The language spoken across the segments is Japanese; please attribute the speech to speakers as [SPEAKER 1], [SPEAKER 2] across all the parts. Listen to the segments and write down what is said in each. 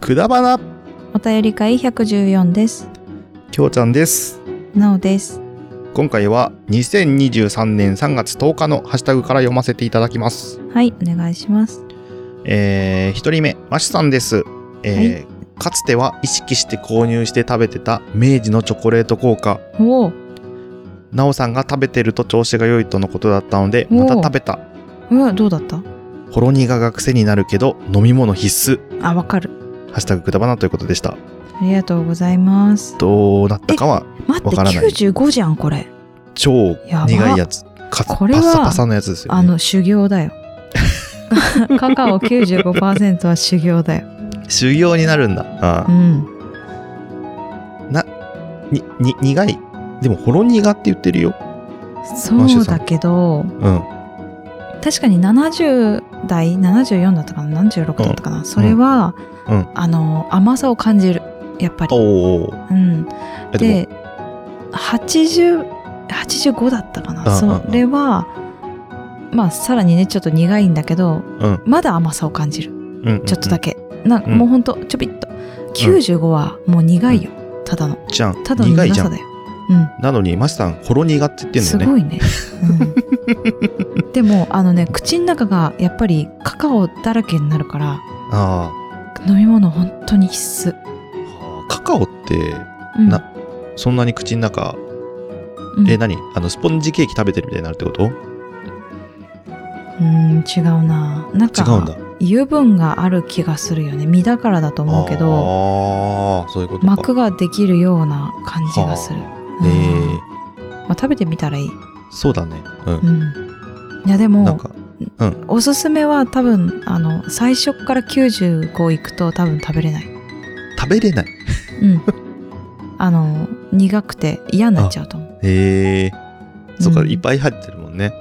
[SPEAKER 1] くだばな
[SPEAKER 2] お便り会114です。
[SPEAKER 1] きょうちゃんです
[SPEAKER 2] なおです。
[SPEAKER 1] 今回は2023年3月10日のハッシュタグから読ませていただきます
[SPEAKER 2] はい、お願いします。
[SPEAKER 1] えー、一人目ましさんですえーかつては意識して購入して食べてた明治のチョコレート効果
[SPEAKER 2] おお、
[SPEAKER 1] なおさんが食べてると調子が良いとのことだったので
[SPEAKER 2] お
[SPEAKER 1] また食べた
[SPEAKER 2] うん、どうだった
[SPEAKER 1] ほろ苦が癖になるけど飲み物必須
[SPEAKER 2] あ、わかる。
[SPEAKER 1] ハッシュタグくだばなということでした
[SPEAKER 2] ありがとうございます。
[SPEAKER 1] どうなったかは
[SPEAKER 2] 待って、
[SPEAKER 1] わからない
[SPEAKER 2] 95じゃん、これ。
[SPEAKER 1] 超苦いやつか
[SPEAKER 2] これ
[SPEAKER 1] パ
[SPEAKER 2] は
[SPEAKER 1] ッサパサのやつですよ、ね、
[SPEAKER 2] あの、修 行だよ。カカオ95%は修行だよ。
[SPEAKER 1] 修行になるんだあ
[SPEAKER 2] う
[SPEAKER 1] あ
[SPEAKER 2] ん。
[SPEAKER 1] にに苦いでもほろ苦って言ってるよ
[SPEAKER 2] そうだけど、
[SPEAKER 1] うん
[SPEAKER 2] 確かに70代、74だったかな、76だったかな。それは、
[SPEAKER 1] うん
[SPEAKER 2] あの、甘さを感じる。やっぱり。
[SPEAKER 1] おお
[SPEAKER 2] うん。
[SPEAKER 1] えでも
[SPEAKER 2] で80 85だったかな
[SPEAKER 1] うんうんうん
[SPEAKER 2] それはまあさらにねちょっと苦いんだけど
[SPEAKER 1] うん
[SPEAKER 2] まだ甘さを感じる
[SPEAKER 1] うんうん
[SPEAKER 2] ちょっとだ
[SPEAKER 1] け
[SPEAKER 2] け、なん
[SPEAKER 1] う
[SPEAKER 2] か
[SPEAKER 1] ん
[SPEAKER 2] もうほんとちょびっと95はもう苦いよ、ただの
[SPEAKER 1] じゃん
[SPEAKER 2] ただの
[SPEAKER 1] 苦い
[SPEAKER 2] 苦
[SPEAKER 1] じゃ
[SPEAKER 2] さ
[SPEAKER 1] ん
[SPEAKER 2] だようん
[SPEAKER 1] なのにマシさんほろ苦って言ってん
[SPEAKER 2] す
[SPEAKER 1] だよね
[SPEAKER 2] ごいね、うんでもあのね口の中がやっぱりカカオだらけになるから
[SPEAKER 1] あ
[SPEAKER 2] 飲み物本当に必須、
[SPEAKER 1] あはあカカオって
[SPEAKER 2] うん
[SPEAKER 1] なそんなに口の中、
[SPEAKER 2] うん
[SPEAKER 1] え何あのスポンジケーキ食べてるみたいになるってこと
[SPEAKER 2] うん違うななんか
[SPEAKER 1] 違うんだ
[SPEAKER 2] 油分がある気がするよね身だからだと思うけど
[SPEAKER 1] ああそういうことか
[SPEAKER 2] 膜ができるような感じがする、
[SPEAKER 1] え
[SPEAKER 2] う
[SPEAKER 1] ー、
[SPEAKER 2] んまあ、食べてみたらいい、
[SPEAKER 1] そうだねうん
[SPEAKER 2] うん、いやで
[SPEAKER 1] なん
[SPEAKER 2] も
[SPEAKER 1] か
[SPEAKER 2] おすすめは多分あの最初から95いくと多分食べれない、
[SPEAKER 1] 食べれない
[SPEAKER 2] うん、あの苦くて嫌になっちゃうと思う
[SPEAKER 1] へえそうか、
[SPEAKER 2] うん
[SPEAKER 1] いっぱい入ってるもんね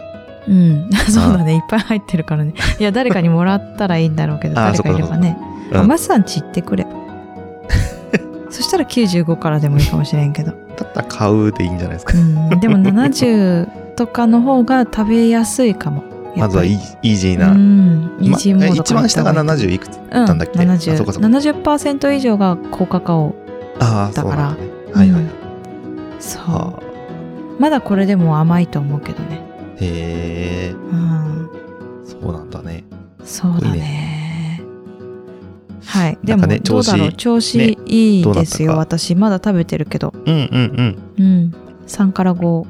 [SPEAKER 2] うん そうだねいっぱい入ってるからねいや誰かにもらったらいいんだろうけど
[SPEAKER 1] あー
[SPEAKER 2] 誰かいればね
[SPEAKER 1] っかそっかうん
[SPEAKER 2] マスさんち行って くればそしたら95からでもいいかもしれんけど
[SPEAKER 1] だったら買うでいいんじゃないですか
[SPEAKER 2] うん、でも70とかの方が食べやすいかも。
[SPEAKER 1] まずはイ
[SPEAKER 2] い
[SPEAKER 1] ーイージーな、
[SPEAKER 2] うん、イー
[SPEAKER 1] ま
[SPEAKER 2] ジーモード
[SPEAKER 1] 一番下が
[SPEAKER 2] 70
[SPEAKER 1] 70いくつ
[SPEAKER 2] だ
[SPEAKER 1] ったんだっけ
[SPEAKER 2] うん、
[SPEAKER 1] あそうかそうか
[SPEAKER 2] 70 70%以上が高カカオ。
[SPEAKER 1] ああ
[SPEAKER 2] だ
[SPEAKER 1] そう
[SPEAKER 2] から
[SPEAKER 1] なんだねはいはいはい、
[SPEAKER 2] そう、
[SPEAKER 1] は
[SPEAKER 2] まだこれでも甘いと思うけどね。
[SPEAKER 1] あへえ
[SPEAKER 2] うん、
[SPEAKER 1] そうなんだね
[SPEAKER 2] そうだね。
[SPEAKER 1] いい
[SPEAKER 2] はい、
[SPEAKER 1] な
[SPEAKER 2] で
[SPEAKER 1] んか
[SPEAKER 2] も
[SPEAKER 1] ね
[SPEAKER 2] どうだろう調子,、
[SPEAKER 1] ね
[SPEAKER 2] いい
[SPEAKER 1] どうな
[SPEAKER 2] で
[SPEAKER 1] った
[SPEAKER 2] す
[SPEAKER 1] か
[SPEAKER 2] よ私まだ食べてるけど、
[SPEAKER 1] うんうんうん
[SPEAKER 2] うん、3から5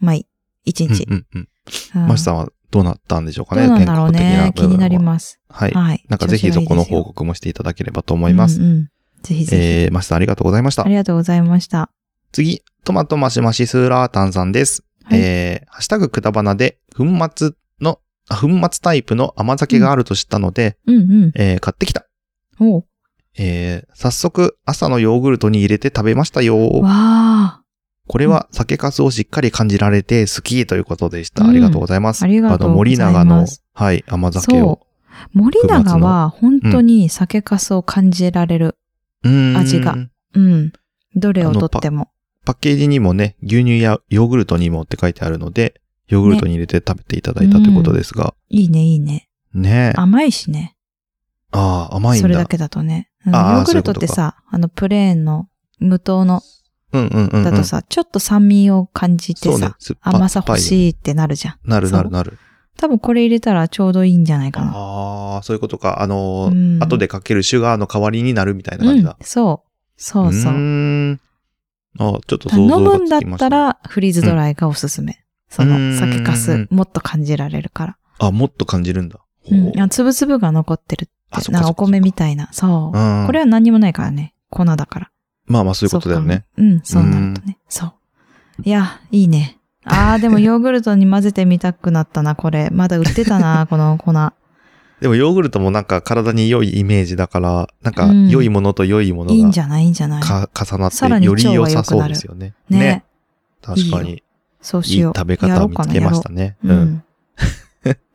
[SPEAKER 2] 枚1
[SPEAKER 1] うん
[SPEAKER 2] 日、
[SPEAKER 1] うんうん
[SPEAKER 2] うん
[SPEAKER 1] マシさんはどうなったんでしょうか
[SPEAKER 2] ど
[SPEAKER 1] ね
[SPEAKER 2] うなんだろうね
[SPEAKER 1] 健康的部
[SPEAKER 2] 気
[SPEAKER 1] 分は
[SPEAKER 2] になります
[SPEAKER 1] はい、
[SPEAKER 2] はい
[SPEAKER 1] なんかぜひ
[SPEAKER 2] 調子がいいですよ
[SPEAKER 1] この報告もしていただければと思います、
[SPEAKER 2] うんうんぜひぜひ、
[SPEAKER 1] えー、マシさんありがとうございました
[SPEAKER 2] ありがとうございました。
[SPEAKER 1] 次トマトマシマシスーラータンさんです、
[SPEAKER 2] はい
[SPEAKER 1] えー、ハッシュタグくだばなで粉末のあ粉末タイプの甘酒があると知ったので、
[SPEAKER 2] うん
[SPEAKER 1] えー買ってきた
[SPEAKER 2] うん。お
[SPEAKER 1] えー、早速朝のヨーグルトに入れて食べましたよ。
[SPEAKER 2] わあ、
[SPEAKER 1] これは酒粕をしっかり感じられて好きということでした。
[SPEAKER 2] うん
[SPEAKER 1] ありがとうございます。
[SPEAKER 2] ありがとうございます
[SPEAKER 1] あの、森永の、はい、甘酒を。
[SPEAKER 2] 森永は本当に酒粕を感じられる。
[SPEAKER 1] うーん
[SPEAKER 2] 味が。うん。どれをとっても。
[SPEAKER 1] パッケージにもね、牛乳やヨーグルトにもって書いてあるので、ヨーグルトに入れて食べていただいたということですが、
[SPEAKER 2] いいね、いいね。
[SPEAKER 1] ねえ。あ
[SPEAKER 2] 甘いしね。
[SPEAKER 1] あー、甘いんだ。
[SPEAKER 2] それだけだとね。うんヨ
[SPEAKER 1] あー
[SPEAKER 2] ーグルトってさ、あの、プレーンの、無糖の、
[SPEAKER 1] うんうんうんうん。
[SPEAKER 2] だとさ、ちょっと酸味を感じて
[SPEAKER 1] そうね
[SPEAKER 2] さ、、
[SPEAKER 1] 酸っぱ
[SPEAKER 2] 甘さ欲
[SPEAKER 1] い。
[SPEAKER 2] しいってなるじゃん。
[SPEAKER 1] なる
[SPEAKER 2] そう
[SPEAKER 1] なるなる。
[SPEAKER 2] 多分これ入れたらちょうどいいんじゃないかな。
[SPEAKER 1] ああ、そういうことか。あのー
[SPEAKER 2] うん
[SPEAKER 1] 後でかけるシュガーの代わりになるみたいな
[SPEAKER 2] う
[SPEAKER 1] 感じ
[SPEAKER 2] ん
[SPEAKER 1] だ。、
[SPEAKER 2] そう。そうそう
[SPEAKER 1] ー。んあ、ちょっと
[SPEAKER 2] だ
[SPEAKER 1] 想
[SPEAKER 2] 飲む
[SPEAKER 1] 像
[SPEAKER 2] んだ
[SPEAKER 1] が
[SPEAKER 2] っ
[SPEAKER 1] つきましたたね。
[SPEAKER 2] ら、フリーズドライがおすすめ。その、
[SPEAKER 1] う
[SPEAKER 2] 酒か
[SPEAKER 1] んうん
[SPEAKER 2] す
[SPEAKER 1] う、
[SPEAKER 2] もっと感じられるから。
[SPEAKER 1] あ、もっと感じるんだ。
[SPEAKER 2] う
[SPEAKER 1] ほ
[SPEAKER 2] ん。あ粒々が残ってる
[SPEAKER 1] あ
[SPEAKER 2] って、
[SPEAKER 1] そっか
[SPEAKER 2] なんか
[SPEAKER 1] そっ
[SPEAKER 2] お
[SPEAKER 1] か
[SPEAKER 2] 米みたいな。そうう。
[SPEAKER 1] ん
[SPEAKER 2] これは何にもないからね。粉だから。
[SPEAKER 1] まあまあそういうことだよね。
[SPEAKER 2] そうかも。うん、そうなるとね。そう。いや、いいね。あー、 でもヨーグルトに混ぜてみたくなったな、これ。まだ売ってた な、この粉。
[SPEAKER 1] でもヨーグルトもなんか体に良いイメージだから、なんか
[SPEAKER 2] うん
[SPEAKER 1] 良いものと良いもの
[SPEAKER 2] いいんじ
[SPEAKER 1] が
[SPEAKER 2] ゃないいいんじゃない
[SPEAKER 1] か重なっ
[SPEAKER 2] さら
[SPEAKER 1] て
[SPEAKER 2] に
[SPEAKER 1] より良さそうですよね。
[SPEAKER 2] ね
[SPEAKER 1] 確かに。
[SPEAKER 2] そう
[SPEAKER 1] いい
[SPEAKER 2] しよう。
[SPEAKER 1] 食べ
[SPEAKER 2] や
[SPEAKER 1] 方
[SPEAKER 2] ろ
[SPEAKER 1] を
[SPEAKER 2] う
[SPEAKER 1] 見
[SPEAKER 2] か
[SPEAKER 1] つ
[SPEAKER 2] な
[SPEAKER 1] け
[SPEAKER 2] や
[SPEAKER 1] ま
[SPEAKER 2] ろ
[SPEAKER 1] し
[SPEAKER 2] う
[SPEAKER 1] たね。
[SPEAKER 2] う
[SPEAKER 1] うん。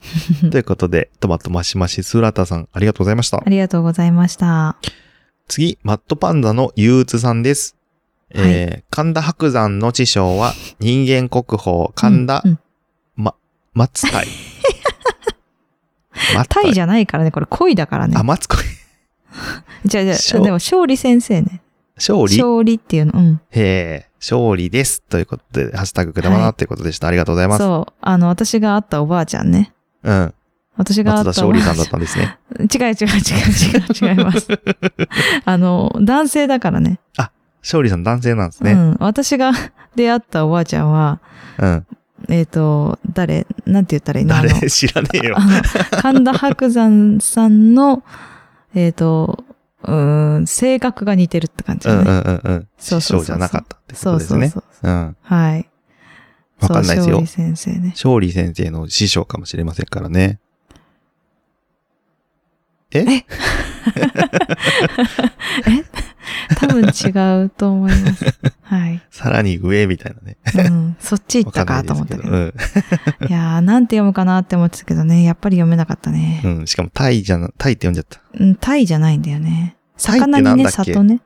[SPEAKER 2] ん。
[SPEAKER 1] ということで、トマトマシマシスーラタさん、ありがとうございました
[SPEAKER 2] あ。りがとうございました。
[SPEAKER 1] 次、マットパンダの憂鬱さんです。えー神田伯山の師匠は人間国宝神田
[SPEAKER 2] うんうん
[SPEAKER 1] 松鯛。松
[SPEAKER 2] タイじゃないからね、これ恋だからね
[SPEAKER 1] あ、。松鯛。
[SPEAKER 2] じゃあじゃ
[SPEAKER 1] 勝
[SPEAKER 2] あ、でも、勝利先生ね。
[SPEAKER 1] 勝利
[SPEAKER 2] 勝利っていうの。うん。
[SPEAKER 1] えー、勝利です。ということで、ハッシュタグくだばな
[SPEAKER 2] はい
[SPEAKER 1] ということでした。ありがとうございます。
[SPEAKER 2] そう。あの、私が会ったおばあちゃんね。
[SPEAKER 1] うん。
[SPEAKER 2] 私が会
[SPEAKER 1] 松田
[SPEAKER 2] った
[SPEAKER 1] 勝
[SPEAKER 2] おばあ
[SPEAKER 1] 利
[SPEAKER 2] ちゃ
[SPEAKER 1] さ
[SPEAKER 2] ん
[SPEAKER 1] んだったんですね。
[SPEAKER 2] 違う違う違う違う違 います。あの、男性だからね。
[SPEAKER 1] 勝利さん男性なんです
[SPEAKER 2] う
[SPEAKER 1] ね。
[SPEAKER 2] ん。私が出会ったおばあちゃんは、
[SPEAKER 1] うん。
[SPEAKER 2] えっ、と、誰なんて言ったらいいのあの
[SPEAKER 1] 誰知らねえよ。
[SPEAKER 2] あの、神田伯山さんの、えっ、と、うーん、性格が似てるって感じ
[SPEAKER 1] うん
[SPEAKER 2] だ
[SPEAKER 1] う
[SPEAKER 2] ね。
[SPEAKER 1] んうんうん。
[SPEAKER 2] そう
[SPEAKER 1] 師
[SPEAKER 2] そうそうそ
[SPEAKER 1] 匠
[SPEAKER 2] う
[SPEAKER 1] じゃなかったってこ
[SPEAKER 2] そ
[SPEAKER 1] と
[SPEAKER 2] う
[SPEAKER 1] です
[SPEAKER 2] そう
[SPEAKER 1] ね。
[SPEAKER 2] そう。
[SPEAKER 1] うん。
[SPEAKER 2] はい。
[SPEAKER 1] わかんないですよ
[SPEAKER 2] そう勝利先生ね。
[SPEAKER 1] 勝利先生の師匠かもしれませんからね。え
[SPEAKER 2] え多分違うと思い ます。はい。
[SPEAKER 1] さらに上みたいなね。
[SPEAKER 2] うん。 そっち行
[SPEAKER 1] わ
[SPEAKER 2] っ
[SPEAKER 1] か
[SPEAKER 2] た
[SPEAKER 1] んな
[SPEAKER 2] か
[SPEAKER 1] い
[SPEAKER 2] と
[SPEAKER 1] で
[SPEAKER 2] 思
[SPEAKER 1] すけ
[SPEAKER 2] ったけ
[SPEAKER 1] ど。
[SPEAKER 2] ど。
[SPEAKER 1] うん。
[SPEAKER 2] いやー、なんて読むかなって思ってたけどね、やっぱり読めなかったね。
[SPEAKER 1] うん。しかもタイじゃな、タイって読んじゃった。
[SPEAKER 2] うん、タイじゃないんだよね。
[SPEAKER 1] タイって
[SPEAKER 2] 魚に
[SPEAKER 1] なん
[SPEAKER 2] ね、
[SPEAKER 1] だっけ
[SPEAKER 2] 里ね。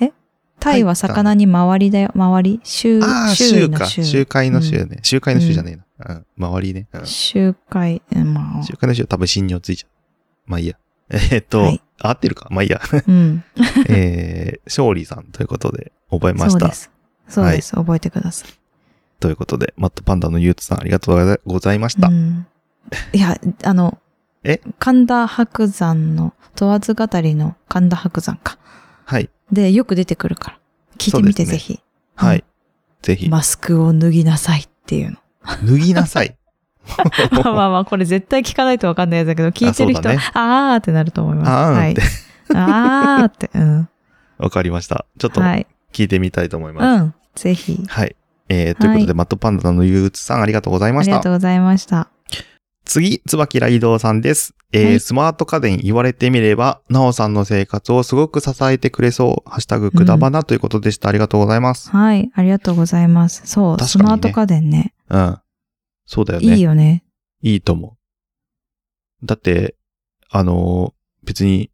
[SPEAKER 2] えタイは魚に周りだよ、周り。周、
[SPEAKER 1] ああ、
[SPEAKER 2] 周囲
[SPEAKER 1] 集
[SPEAKER 2] の
[SPEAKER 1] か。
[SPEAKER 2] 周
[SPEAKER 1] 集会の集ね。集会の集じゃねえな。うん。周りね。うん
[SPEAKER 2] 周回、うんまあ、
[SPEAKER 1] 集会の集多分信用ついちゃう。まあいいや。えーっと
[SPEAKER 2] はい、
[SPEAKER 1] 合ってるかまあいい や。
[SPEAKER 2] うん。
[SPEAKER 1] えー、勝利さんということで覚えま
[SPEAKER 2] そ
[SPEAKER 1] し
[SPEAKER 2] う
[SPEAKER 1] た
[SPEAKER 2] で。す。そうです。覚えてください。
[SPEAKER 1] ということで、マットパンダのゆうつさんありがとうございまし
[SPEAKER 2] う
[SPEAKER 1] た。
[SPEAKER 2] ん。いや、あの、
[SPEAKER 1] え
[SPEAKER 2] 神田伯山の、問わず語りの神田伯山か。
[SPEAKER 1] はい。
[SPEAKER 2] で、よく出てくるから。聞いてみて、
[SPEAKER 1] そうです
[SPEAKER 2] ぜひ。
[SPEAKER 1] はい。ぜひ、
[SPEAKER 2] マスクを脱ぎなさいっていうの。
[SPEAKER 1] 脱ぎなさい。
[SPEAKER 2] まあまあまあ、これ絶対聞かないとわかんないやつだけど、聞いてる
[SPEAKER 1] あそう
[SPEAKER 2] 人、
[SPEAKER 1] だ
[SPEAKER 2] あ、
[SPEAKER 1] ね
[SPEAKER 2] あーってなると思います。
[SPEAKER 1] あーんって
[SPEAKER 2] はい、あーっ て、うん。
[SPEAKER 1] わかりました。ちょっと
[SPEAKER 2] はい。
[SPEAKER 1] 聞いてみたいと思います。
[SPEAKER 2] うん。ぜひ。
[SPEAKER 1] はい。えー、ということで、
[SPEAKER 2] は
[SPEAKER 1] マットパンダのゆうつさんありがとうござい
[SPEAKER 2] あ
[SPEAKER 1] まし
[SPEAKER 2] りが
[SPEAKER 1] た
[SPEAKER 2] と。うございました。
[SPEAKER 1] 次、椿ライドウさんです。えー
[SPEAKER 2] はい
[SPEAKER 1] スマート家電言われてみれば、なおさんの生活をすごく支えてくれそう。ハッシュタグくだばなということでした。ありがとうございます。
[SPEAKER 2] はい。ありがとうございます。そう、
[SPEAKER 1] 確
[SPEAKER 2] ス
[SPEAKER 1] かにね
[SPEAKER 2] マート家電ね。
[SPEAKER 1] うん。そうだよね。
[SPEAKER 2] いいよね。
[SPEAKER 1] いいと思う。だって、あのー、別に、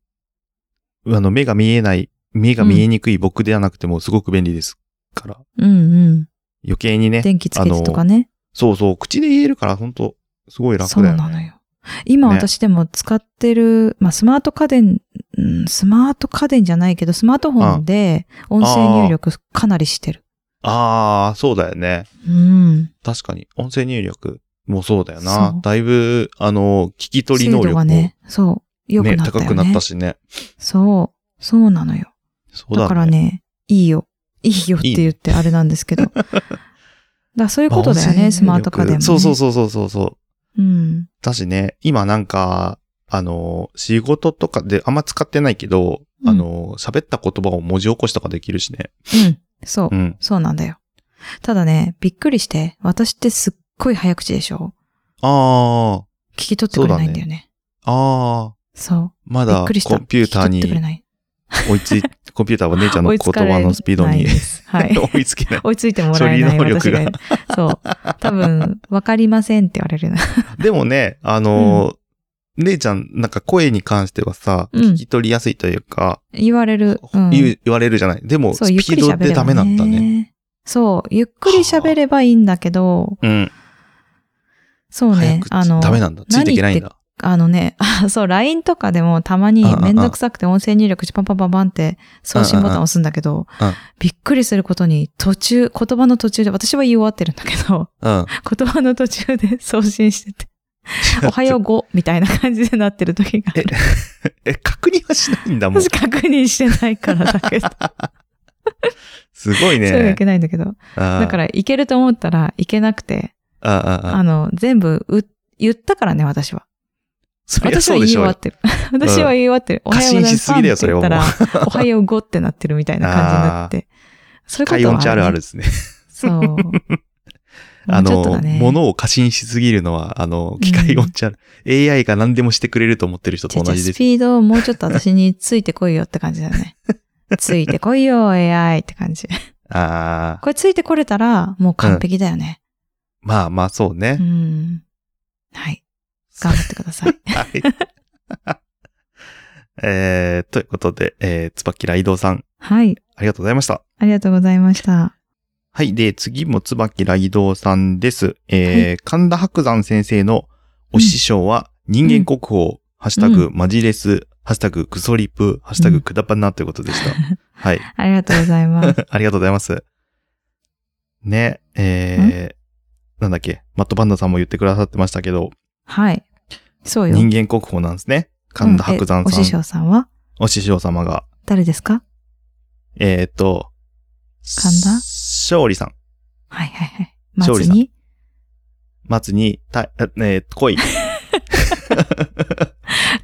[SPEAKER 1] あの、目が見えない、目が見えにくい僕ではなくてもすごく便利ですから、
[SPEAKER 2] うんうん。
[SPEAKER 1] 余計にね、
[SPEAKER 2] 電気つけてとかね。
[SPEAKER 1] そうそう、口で言えるから本当すごい楽
[SPEAKER 2] そう
[SPEAKER 1] だよね。
[SPEAKER 2] なのよ。今
[SPEAKER 1] ね
[SPEAKER 2] 私でも使ってる、まあ、スマート家電、うんスマート家電じゃないけど、スマートフォンで音声入力かなりしてる。
[SPEAKER 1] ああ、そうだよね。
[SPEAKER 2] うん。
[SPEAKER 1] 確かに、音声入力もそうだよ
[SPEAKER 2] そ
[SPEAKER 1] な
[SPEAKER 2] う。
[SPEAKER 1] だいぶ、あのー、聞き取り能
[SPEAKER 2] 精
[SPEAKER 1] 力
[SPEAKER 2] 度
[SPEAKER 1] も
[SPEAKER 2] がね、そう、良く
[SPEAKER 1] ね
[SPEAKER 2] なった
[SPEAKER 1] 高
[SPEAKER 2] よね。
[SPEAKER 1] くなったしね。
[SPEAKER 2] そう、そうなのよ。
[SPEAKER 1] そうだ,、ね、
[SPEAKER 2] だからね、いいよ。いいよって言ってあれなんです けど。だからそういう
[SPEAKER 1] まあ、
[SPEAKER 2] ことだよ
[SPEAKER 1] 音声入
[SPEAKER 2] ね、
[SPEAKER 1] 力
[SPEAKER 2] スマート家電も、ね。
[SPEAKER 1] そうそうそうそうそうそう。
[SPEAKER 2] う。うん。
[SPEAKER 1] だしね、今なんか、あの、仕事とかであんま使ってないけど、
[SPEAKER 2] うん
[SPEAKER 1] あの、喋った言葉を文字起こしとかできるしね。
[SPEAKER 2] うん。そう、
[SPEAKER 1] うん。
[SPEAKER 2] そうなんだよ。ただね、びっくりして、私ってすっごい早口でしょ
[SPEAKER 1] あ
[SPEAKER 2] 聞き取ってくれないんだよね。
[SPEAKER 1] あ、ああ、
[SPEAKER 2] そう,、
[SPEAKER 1] ま
[SPEAKER 2] びっ
[SPEAKER 1] だ
[SPEAKER 2] くりした。
[SPEAKER 1] コンピューター
[SPEAKER 2] 聞き取ってくれ
[SPEAKER 1] に
[SPEAKER 2] ない。
[SPEAKER 1] 追いつい、 コンピューターは姉ちゃんの 言
[SPEAKER 2] 追いつか
[SPEAKER 1] 葉
[SPEAKER 2] れ
[SPEAKER 1] のスピード
[SPEAKER 2] ない
[SPEAKER 1] に
[SPEAKER 2] ですはい。
[SPEAKER 1] 追いつけない。
[SPEAKER 2] 追いついてもらえない
[SPEAKER 1] 処理能
[SPEAKER 2] 私
[SPEAKER 1] 力が
[SPEAKER 2] がいる。そう。多分、わかりませんって言われるな。
[SPEAKER 1] でもね、あの、姉ちゃんなんか声に関してはさ、
[SPEAKER 2] うん
[SPEAKER 1] 聞き取りやすいというか、
[SPEAKER 2] 言われる。うん、
[SPEAKER 1] 言う言われるじゃない。でも、ス
[SPEAKER 2] そう、ゆっ
[SPEAKER 1] ピ
[SPEAKER 2] く
[SPEAKER 1] ー
[SPEAKER 2] り
[SPEAKER 1] ド
[SPEAKER 2] 喋
[SPEAKER 1] で
[SPEAKER 2] れ
[SPEAKER 1] ダ
[SPEAKER 2] ば
[SPEAKER 1] メなんだね。
[SPEAKER 2] ね。そう、ゆっくり喋ればいいんだけど、
[SPEAKER 1] うん。
[SPEAKER 2] そう
[SPEAKER 1] 早
[SPEAKER 2] ね、
[SPEAKER 1] く、
[SPEAKER 2] あの、
[SPEAKER 1] ダメなんだ。ついていけないんだ。
[SPEAKER 2] あのね、 あそう、LINE とかでもたまに
[SPEAKER 1] うんうんうん
[SPEAKER 2] めんどくさくて音声入力してパンパンパンパンって送信ボタン押すんだけど
[SPEAKER 1] うんうん、
[SPEAKER 2] びっくりすることに途中、言葉の途中で、私は言い終わってるんだけど、
[SPEAKER 1] うん。
[SPEAKER 2] 言葉の途中で送信して て、 おはようごみたいな感じでなってる時がある。
[SPEAKER 1] え、確認はしないんだもん
[SPEAKER 2] 私。確認してないから だけど、
[SPEAKER 1] すごい
[SPEAKER 2] そういうわ
[SPEAKER 1] ね。
[SPEAKER 2] けないんだけど。
[SPEAKER 1] だ
[SPEAKER 2] だから、いけると思ったらいけなくて、
[SPEAKER 1] ああああ
[SPEAKER 2] あの、全部う、言ったからね、私は。
[SPEAKER 1] そりゃ
[SPEAKER 2] 私
[SPEAKER 1] そう
[SPEAKER 2] は言
[SPEAKER 1] で
[SPEAKER 2] い
[SPEAKER 1] し
[SPEAKER 2] 終
[SPEAKER 1] ょう
[SPEAKER 2] わ
[SPEAKER 1] よ
[SPEAKER 2] っ。てる。私は言い終わってる。おはようございま
[SPEAKER 1] 過信し
[SPEAKER 2] す。
[SPEAKER 1] すぎだよそれはもう
[SPEAKER 2] パンって言ったら、おはようごってなってるみたいな感じに なって。そういうことは
[SPEAKER 1] 海音ちあるある
[SPEAKER 2] ね。
[SPEAKER 1] ですね。
[SPEAKER 2] そう。
[SPEAKER 1] あ
[SPEAKER 2] もうちょっと
[SPEAKER 1] の、
[SPEAKER 2] だね
[SPEAKER 1] 物を過信しすぎるのは、あの、機械音痴ある。AI が何でもしてくれると思ってる人
[SPEAKER 2] ち
[SPEAKER 1] と
[SPEAKER 2] ょち
[SPEAKER 1] 同
[SPEAKER 2] ょ
[SPEAKER 1] じで
[SPEAKER 2] ス
[SPEAKER 1] す。
[SPEAKER 2] ピードをもうちょっと私についてこいよって感じ だね。ついてこいよ、AI って感じ。
[SPEAKER 1] ああ、
[SPEAKER 2] これついてこれたら、もう完璧だよね。
[SPEAKER 1] まあまあ そうね
[SPEAKER 2] う。ん。はい。頑張ってく ださい。
[SPEAKER 1] はい。 えー、ということで、えー、つばきらいどうさん、
[SPEAKER 2] はい。
[SPEAKER 1] ありがとうございました。
[SPEAKER 2] ありがとうございました。
[SPEAKER 1] はい。で、次もつばきらいどうさんです。えー神田伯山先生のお師匠は人間国宝、ハッシュタグマジレス、ハッシュタグ、クソリプ、ハッシュタグ、くだばなということでした。 はい。
[SPEAKER 2] ありがとうございます。
[SPEAKER 1] ありがとうございます。ね、えー、なんだっけ、マットパンダさんも言ってくださってましたけど、
[SPEAKER 2] はい。そうよ。
[SPEAKER 1] 人間国宝なんですね。神田伯山
[SPEAKER 2] うんえ
[SPEAKER 1] さん、
[SPEAKER 2] お師匠さんは
[SPEAKER 1] お師匠様が、
[SPEAKER 2] 誰ですか
[SPEAKER 1] えーっと、
[SPEAKER 2] 神田
[SPEAKER 1] 勝利さん。
[SPEAKER 2] はいはいはい。
[SPEAKER 1] 勝利
[SPEAKER 2] 松
[SPEAKER 1] さん
[SPEAKER 2] に
[SPEAKER 1] 松に、た、えー、恋。